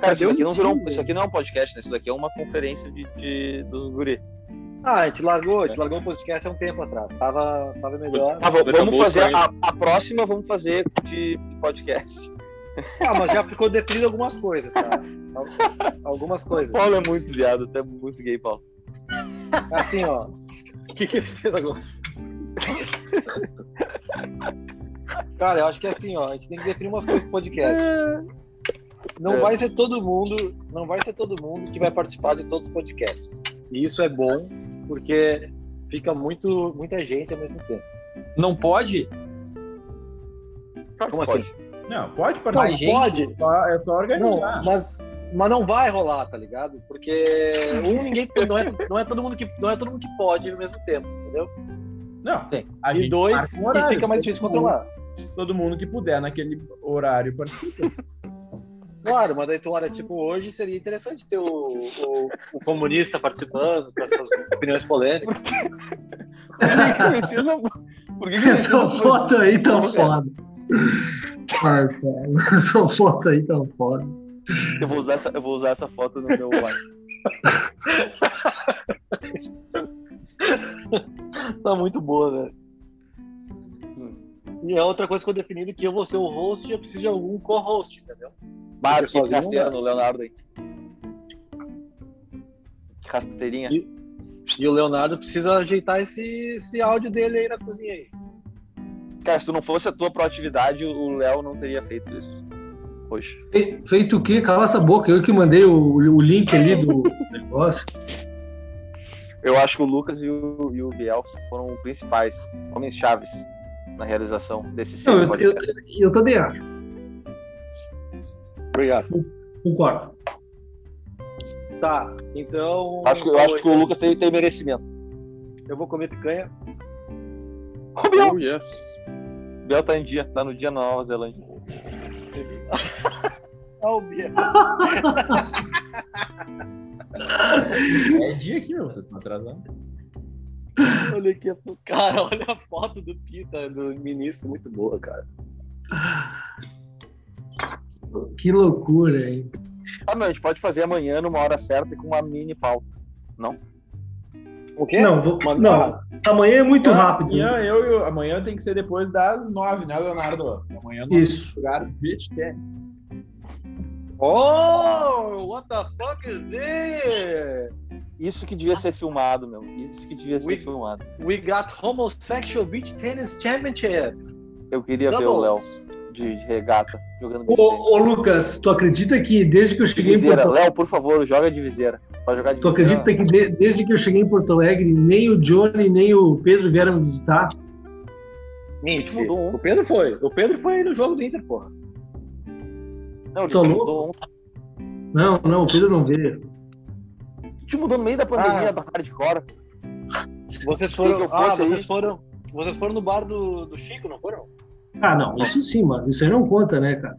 [SPEAKER 7] Cara, isso daqui, não virou, um- isso aqui não é um podcast, né? Isso daqui é uma conferência de, de- dos guri.
[SPEAKER 2] Ah, a gente largou, a gente largou o podcast há um tempo atrás. Tava, tava melhor.
[SPEAKER 7] Tá, va- vamos
[SPEAKER 4] Acabou,
[SPEAKER 7] fazer
[SPEAKER 4] tá
[SPEAKER 7] a, a próxima, vamos fazer de podcast.
[SPEAKER 2] Ah, mas já ficou definido algumas coisas, cara. Al- Algumas coisas.
[SPEAKER 7] Paulo é muito viado, até muito gay, Paulo.
[SPEAKER 2] Assim, ó. O que, que ele fez agora? Cara, eu acho que é assim, ó. A gente tem que definir umas coisas pro podcast. Não
[SPEAKER 7] É.
[SPEAKER 2] vai ser todo mundo, não vai ser todo mundo que vai participar de todos os podcasts. E isso é bom, porque fica muito, muita gente ao mesmo tempo.
[SPEAKER 13] Não pode?
[SPEAKER 7] Claro que
[SPEAKER 2] Como
[SPEAKER 7] pode.
[SPEAKER 2] assim?
[SPEAKER 15] Não, pode
[SPEAKER 2] Não,
[SPEAKER 15] participar.
[SPEAKER 13] Mas, gente-
[SPEAKER 2] pode,
[SPEAKER 15] Só- É só
[SPEAKER 2] não,
[SPEAKER 15] organizar.
[SPEAKER 2] mas, mas não vai rolar, tá ligado? Porque um ninguém não é, não é todo mundo que não é todo mundo que pode ao mesmo tempo, entendeu?
[SPEAKER 15] Não,
[SPEAKER 13] Tem.
[SPEAKER 15] a
[SPEAKER 2] E
[SPEAKER 15] gente
[SPEAKER 2] dois,
[SPEAKER 15] marca um
[SPEAKER 2] e
[SPEAKER 15] horário,
[SPEAKER 2] fica mais
[SPEAKER 15] todo
[SPEAKER 2] difícil
[SPEAKER 15] mundo-
[SPEAKER 2] controlar.
[SPEAKER 15] Todo mundo que puder naquele horário participa.
[SPEAKER 2] Claro, mas daí tu olha, tipo, hoje seria interessante ter o, o- o comunista participando com essas opiniões polêmicas.
[SPEAKER 7] Por que que precisa- Por que que precisa
[SPEAKER 9] Essa foto aí tá
[SPEAKER 7] Não, cara.
[SPEAKER 9] foda. Ai, cara, essa foto aí tá foda.
[SPEAKER 7] Eu vou usar essa, eu vou usar essa foto no meu WhatsApp.
[SPEAKER 2] Tá muito boa, velho. E a outra coisa que eu defini é que eu vou ser o host e eu preciso de algum co-host, né? entendeu?
[SPEAKER 7] Bah, que
[SPEAKER 2] sozinho, né?
[SPEAKER 7] rasteira no Leonardo aí. Que Rasteirinha.
[SPEAKER 2] E o Leonardo precisa ajeitar esse, esse áudio dele aí na cozinha aí.
[SPEAKER 7] Cara, se tu não fosse a tua proatividade, o Léo não teria feito isso. Hoje.
[SPEAKER 9] Fe- Feito o quê? Cala essa boca. Eu que mandei o, o link ali do negócio.
[SPEAKER 7] Eu acho que o Lucas e o, e o Biel foram os principais homens chaves na realização desse
[SPEAKER 9] Não,
[SPEAKER 7] ciclo.
[SPEAKER 9] eu, eu, eu também acho.
[SPEAKER 2] Obrigado.
[SPEAKER 9] Concordo.
[SPEAKER 2] Tá, então.
[SPEAKER 7] acho, que, eu acho que o Lucas tem, tem merecimento.
[SPEAKER 2] Eu vou comer picanha.
[SPEAKER 7] Oh, yes. Biel tá em dia, tá no dia na Nova Zelândia.
[SPEAKER 8] Ó, o Bia.
[SPEAKER 15] É dia aqui, meu, vocês estão atrasados.
[SPEAKER 2] Olha aqui, a fo- cara, olha a foto do Pita, do ministro, muito boa, cara.
[SPEAKER 9] Que loucura, hein?
[SPEAKER 7] Ah, meu, a gente pode fazer amanhã numa hora certa e com uma mini pauta. Não?
[SPEAKER 2] O
[SPEAKER 9] Não, vou- não. Amanhã é muito rápido.
[SPEAKER 15] Amanhã, eu, e o- amanhã tem que ser depois das nove, né, Leonardo? Amanhã nós
[SPEAKER 9] Isso.
[SPEAKER 15] vamos jogar beach tennis.
[SPEAKER 7] Oh, what the fuck is this? Isso que devia ser filmado, meu. Isso que devia ser filmado.
[SPEAKER 2] We got homosexual beach tennis championship.
[SPEAKER 7] Eu queria ver o Léo
[SPEAKER 2] Doubles.
[SPEAKER 7] de, de regata jogando beach tennis.
[SPEAKER 9] Ô, ô, Lucas, tu acredita que desde que eu
[SPEAKER 7] De
[SPEAKER 9] cheguei em
[SPEAKER 7] viseira.
[SPEAKER 9] Porto
[SPEAKER 7] Léo, por favor, joga de viseira. Pode jogar de
[SPEAKER 9] Tu
[SPEAKER 7] viseira.
[SPEAKER 9] acredita que de- desde que eu cheguei em Porto Alegre, nem o Johnny nem o Pedro vieram me visitar?
[SPEAKER 2] Mentira. O Pedro foi. O Pedro foi no jogo do Inter, porra.
[SPEAKER 7] Não, ele
[SPEAKER 9] Tô
[SPEAKER 7] se
[SPEAKER 9] louco.
[SPEAKER 7] mudou ontem.
[SPEAKER 9] Não, não, o Pedro não veio.
[SPEAKER 7] Te mudou no meio da pandemia da hardcore.
[SPEAKER 2] Vocês
[SPEAKER 7] Que
[SPEAKER 2] foram.
[SPEAKER 7] eu
[SPEAKER 2] Ah,
[SPEAKER 7] fosse
[SPEAKER 2] vocês
[SPEAKER 7] aí.
[SPEAKER 2] foram. Vocês foram no bar do, do Chico, não foram?
[SPEAKER 9] Ah, não, isso sim, mano. Isso aí não conta, né, cara?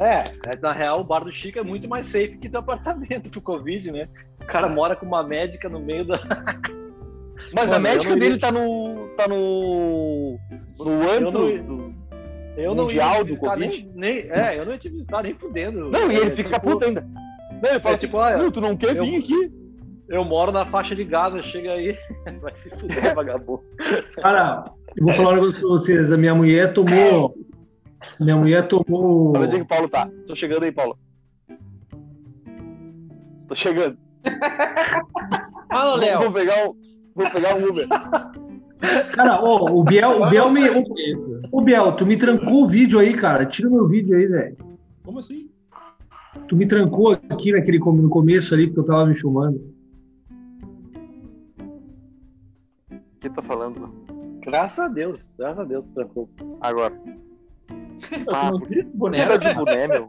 [SPEAKER 2] É, é, na real, o bar do Chico é muito mais safe que teu apartamento pro Covid, né? O cara mora com uma médica no meio da.
[SPEAKER 7] Mas
[SPEAKER 2] Mano,
[SPEAKER 7] a
[SPEAKER 2] eu
[SPEAKER 7] médica
[SPEAKER 2] não
[SPEAKER 7] dele
[SPEAKER 2] iria-
[SPEAKER 7] tá no. tá no. no
[SPEAKER 2] Eu não
[SPEAKER 7] antro
[SPEAKER 2] iria-
[SPEAKER 7] do.
[SPEAKER 2] Eu não
[SPEAKER 7] mundial
[SPEAKER 2] ia te
[SPEAKER 7] do
[SPEAKER 2] visitar
[SPEAKER 7] Covid.
[SPEAKER 2] nem, nem- É, eu não ia te visitar nem fudendo.
[SPEAKER 7] Não, e ele
[SPEAKER 2] É,
[SPEAKER 7] fica
[SPEAKER 2] tipo-
[SPEAKER 7] puto ainda. Não, ele fala
[SPEAKER 2] é
[SPEAKER 7] assim,
[SPEAKER 2] tipo, olha,
[SPEAKER 7] "Meu, tu não quer
[SPEAKER 2] eu-
[SPEAKER 7] vir aqui?
[SPEAKER 2] Eu moro na faixa de Gaza, chega aí. Vai se fuder, vagabundo.
[SPEAKER 9] Cara, eu vou falar um negócio pra vocês. A minha mulher tomou. Minha mulher tomou.
[SPEAKER 7] Olha onde é que o Paulo tá. Tô chegando aí, Paulo. Tô chegando.
[SPEAKER 8] Fala, Léo.
[SPEAKER 7] Vou pegar o. Vou pegar o Uber.
[SPEAKER 9] Cara, ô, o Biel, o Biel me. O, ô, Biel, tu me trancou o vídeo aí, cara. Tira meu vídeo aí, velho.
[SPEAKER 15] Como assim?
[SPEAKER 9] Tu me trancou aqui naquele, com- no começo ali, porque eu tava me filmando.
[SPEAKER 7] O que tá falando? mano?
[SPEAKER 2] Graças a Deus, graças a Deus, trancou.
[SPEAKER 7] Agora. Ah, por que esse
[SPEAKER 15] Tá boné?
[SPEAKER 7] Era de boné, meu.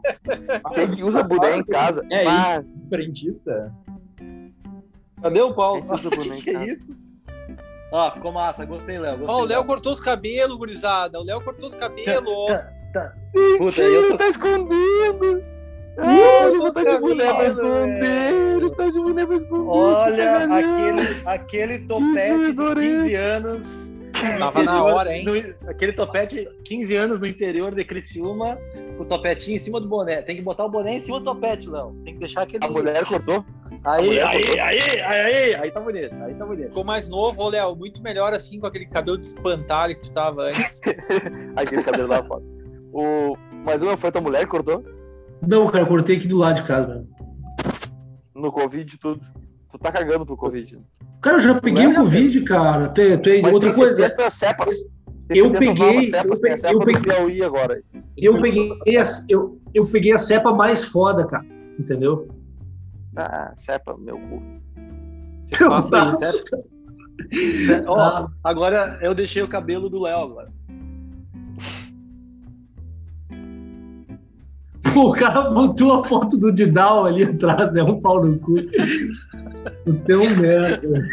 [SPEAKER 7] Quem que usa boné em casa?
[SPEAKER 15] É
[SPEAKER 7] Ah,
[SPEAKER 15] isso, frentista.
[SPEAKER 2] Cadê o Paulo?
[SPEAKER 7] quem que usa boné em
[SPEAKER 2] que
[SPEAKER 7] casa?
[SPEAKER 2] isso? Ó, ficou massa, gostei, Léo. gostei,
[SPEAKER 13] Ó, o Léo cortou os cabelos, gurizada. O Léo cortou os
[SPEAKER 2] Tá,
[SPEAKER 13] cabelos.
[SPEAKER 2] Puta, eu tô-
[SPEAKER 7] tá escondendo!
[SPEAKER 13] Ih,
[SPEAKER 7] Ah, ele
[SPEAKER 13] tô
[SPEAKER 7] tá de boné pra
[SPEAKER 13] sabendo,
[SPEAKER 7] esconder! Ele tá de boné pra esconder!
[SPEAKER 2] Olha
[SPEAKER 7] tá ganhando.
[SPEAKER 2] aquele, aquele topete de
[SPEAKER 7] adorei.
[SPEAKER 2] 15 anos.
[SPEAKER 13] Tava na hora, hein?
[SPEAKER 2] No- aquele topete, 15 anos no interior de Criciúma, com o topetinho em cima do boné. Tem que botar o boné em cima do topete, Léo. Tem que deixar
[SPEAKER 13] Tá
[SPEAKER 2] aquele.
[SPEAKER 7] A mulher cortou?
[SPEAKER 2] Aí,
[SPEAKER 7] mulher
[SPEAKER 2] aí,
[SPEAKER 7] cortou.
[SPEAKER 2] aí, aí, aí, aí tá bonito, aí tá bonito.
[SPEAKER 13] Ficou mais novo, ô Léo. Muito melhor assim com aquele cabelo de espantalho que tu tava antes.
[SPEAKER 7] Aquele cabelo lá fora. O... Mas uma foi tua mulher que cortou?
[SPEAKER 9] Não, cara, eu cortei aqui do lado de casa, velho.
[SPEAKER 7] No Covid tudo. Tu tá cagando pro Covid.
[SPEAKER 9] Cara, eu já peguei o Covid, cara. Tu, tu,
[SPEAKER 7] Mas
[SPEAKER 9] outra
[SPEAKER 7] tem
[SPEAKER 9] coisa.
[SPEAKER 7] 70 cepas. Tem
[SPEAKER 9] Eu
[SPEAKER 7] 70
[SPEAKER 9] peguei-
[SPEAKER 7] novas cepas.
[SPEAKER 9] eu
[SPEAKER 7] Tem
[SPEAKER 9] peguei-
[SPEAKER 7] a cepa
[SPEAKER 9] eu
[SPEAKER 7] do
[SPEAKER 9] peguei-
[SPEAKER 7] Piauí agora.
[SPEAKER 9] Eu peguei, a, eu, eu peguei a cepa mais foda, cara. Entendeu?
[SPEAKER 7] Ah, cepa, meu cu.
[SPEAKER 2] Ó, agora eu deixei o cabelo do Léo agora.
[SPEAKER 9] O cara botou a foto do Didal ali atrás, é um pau no cu. O teu merda.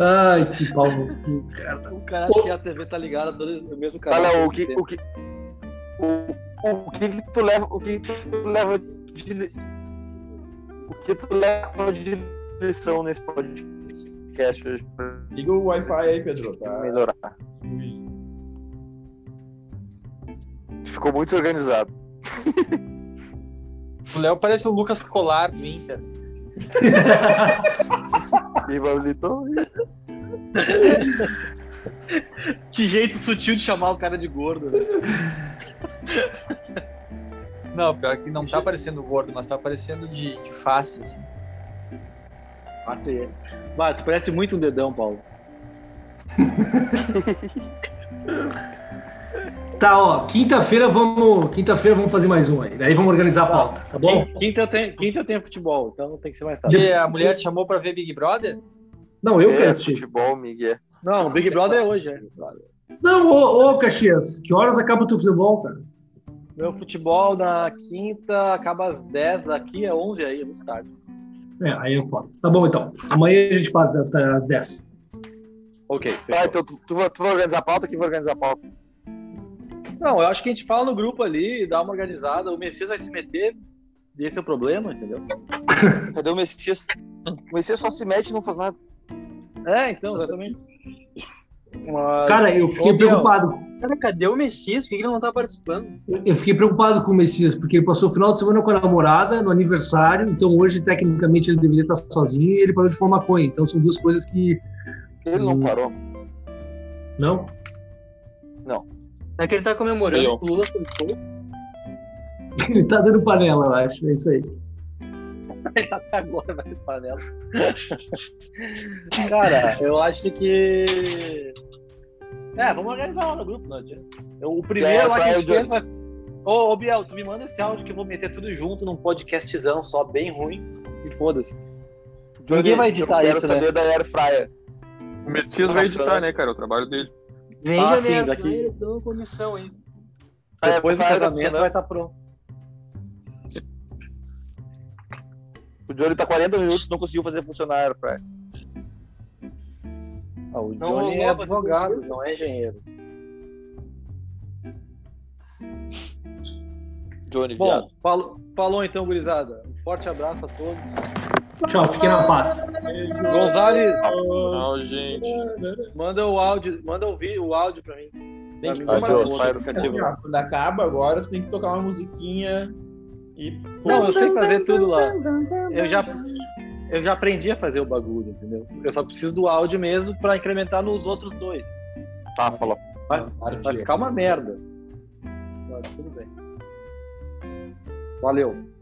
[SPEAKER 9] Ai, que pau no cu, cara.
[SPEAKER 2] O cara acha que a TV tá ligada, todo o mesmo canal.
[SPEAKER 7] Fala, o
[SPEAKER 2] todo
[SPEAKER 7] que,
[SPEAKER 2] tempo.
[SPEAKER 7] o que, o, o que que tu leva, o que que tu leva de, o que tu leva de lição nesse podcast hoje pra
[SPEAKER 15] Liga o Wi-Fi aí, Pedro. Tá?
[SPEAKER 7] melhorar? Tu Ficou muito organizado.
[SPEAKER 13] O Léo parece o Lucas Colar do Inter.
[SPEAKER 7] E vamos então.
[SPEAKER 2] Que jeito sutil de chamar o cara de gordo, né?
[SPEAKER 13] Não, pior que não tá parecendo gordo, mas tá parecendo de, de face, assim.
[SPEAKER 2] Passa aí. Bah, tu parece muito um dedão, Paulo.
[SPEAKER 9] Tá, ó. Quinta-feira vamos. Quinta-feira vamos fazer mais um aí. Daí vamos organizar a pauta, tá bom?
[SPEAKER 2] Quin- Quinta eu tenho, quinta eu tenho futebol, então tem que ser mais tarde.
[SPEAKER 13] Porque a mulher te chamou pra ver Big Brother?
[SPEAKER 9] Não, eu
[SPEAKER 7] é,
[SPEAKER 9] quero assistir.
[SPEAKER 7] futebol, Miguel.
[SPEAKER 2] Não, Big Brother é hoje, é.
[SPEAKER 9] Não, ô, ô Caxias, que horas acaba o teu futebol, cara?
[SPEAKER 2] Meu futebol na quinta acaba às 10, daqui é 11 aí, é muito tarde.
[SPEAKER 5] É, aí é foda. Tá bom, então. Amanhã a gente faz até às 10.
[SPEAKER 2] Ok.
[SPEAKER 7] Tá, então tu, tu, vai- tu vai organizar a pauta? Quem vai organizar a pauta?
[SPEAKER 2] Não, eu acho que a gente fala no grupo ali, dá uma organizada. O Messias vai se meter e esse é o problema, entendeu?
[SPEAKER 7] Cadê o Messias? O Messias só se mete e não faz nada.
[SPEAKER 2] É, então, exatamente.
[SPEAKER 5] Cara, eu fiquei preocupado.
[SPEAKER 8] Cara, cadê o Messias? Por que ele não tá participando?
[SPEAKER 5] Eu fiquei preocupado com o Messias, porque ele passou o final de semana com a namorada, no aniversário, então hoje, tecnicamente, ele deveria estar sozinho e ele parou de fumar maconha. Então são duas coisas que.
[SPEAKER 7] Ele não parou.
[SPEAKER 5] Não?
[SPEAKER 7] Não.
[SPEAKER 8] É que ele tá comemorando
[SPEAKER 5] Eu.
[SPEAKER 8] que o Lula soltou.
[SPEAKER 5] Ele tá dando panela, eu acho. É isso aí.
[SPEAKER 2] Agora vai ter panela. Cara, eu acho que. É, vamos organizar lá no grupo, não adianta. Eu- O primeiro
[SPEAKER 7] É,
[SPEAKER 2] lá que
[SPEAKER 7] vai,
[SPEAKER 2] a gente
[SPEAKER 7] Johnny.
[SPEAKER 2] fez vai. Ô, ô, Biel, tu me manda esse áudio que eu vou meter tudo junto num podcastzão só bem ruim e foda-se. Ninguém vai editar
[SPEAKER 7] eu quero
[SPEAKER 2] isso,
[SPEAKER 7] saber
[SPEAKER 2] né?
[SPEAKER 7] da Air Fryer.
[SPEAKER 16] O Messias vai editar, né, cara? O trabalho dele.
[SPEAKER 8] Vende
[SPEAKER 2] Ah,
[SPEAKER 8] é a
[SPEAKER 2] sim,
[SPEAKER 8] minha
[SPEAKER 2] daqui-
[SPEAKER 8] eu dou comissão, hein?
[SPEAKER 2] Depois do
[SPEAKER 7] Air Fryer
[SPEAKER 2] casamento
[SPEAKER 7] tá
[SPEAKER 2] vai
[SPEAKER 7] funcionando.
[SPEAKER 2] estar pronto.
[SPEAKER 7] O Johnny tá 40 minutos não conseguiu fazer funcionar a Air Fryer.
[SPEAKER 2] Ah, o
[SPEAKER 8] Não
[SPEAKER 2] Johnny é
[SPEAKER 8] rolou, mas-
[SPEAKER 2] advogado, não é engenheiro.
[SPEAKER 7] Johnny,
[SPEAKER 2] Bom, falou, falou então, gurizada. Um forte abraço a todos.
[SPEAKER 5] Tchau, fiquem na paz.
[SPEAKER 2] Gonzales,
[SPEAKER 16] Não, gente.
[SPEAKER 2] manda o áudio, manda ouvir o áudio pra mim. Pra mim,
[SPEAKER 7] Tá
[SPEAKER 16] Ah,
[SPEAKER 2] manda
[SPEAKER 16] Joe,
[SPEAKER 2] um
[SPEAKER 16] sai
[SPEAKER 2] outro
[SPEAKER 16] do
[SPEAKER 2] aplicativo.
[SPEAKER 16] cantinho.
[SPEAKER 1] Quando acaba agora, você tem que tocar uma musiquinha e.
[SPEAKER 2] Não, eu sei fazer tudo lá. Eu já, eu já aprendi a fazer o bagulho, entendeu? Eu só preciso do áudio mesmo pra incrementar nos outros dois.
[SPEAKER 7] Tá, falou.
[SPEAKER 2] Vai, vai ficar uma merda. Mas tudo bem. Valeu.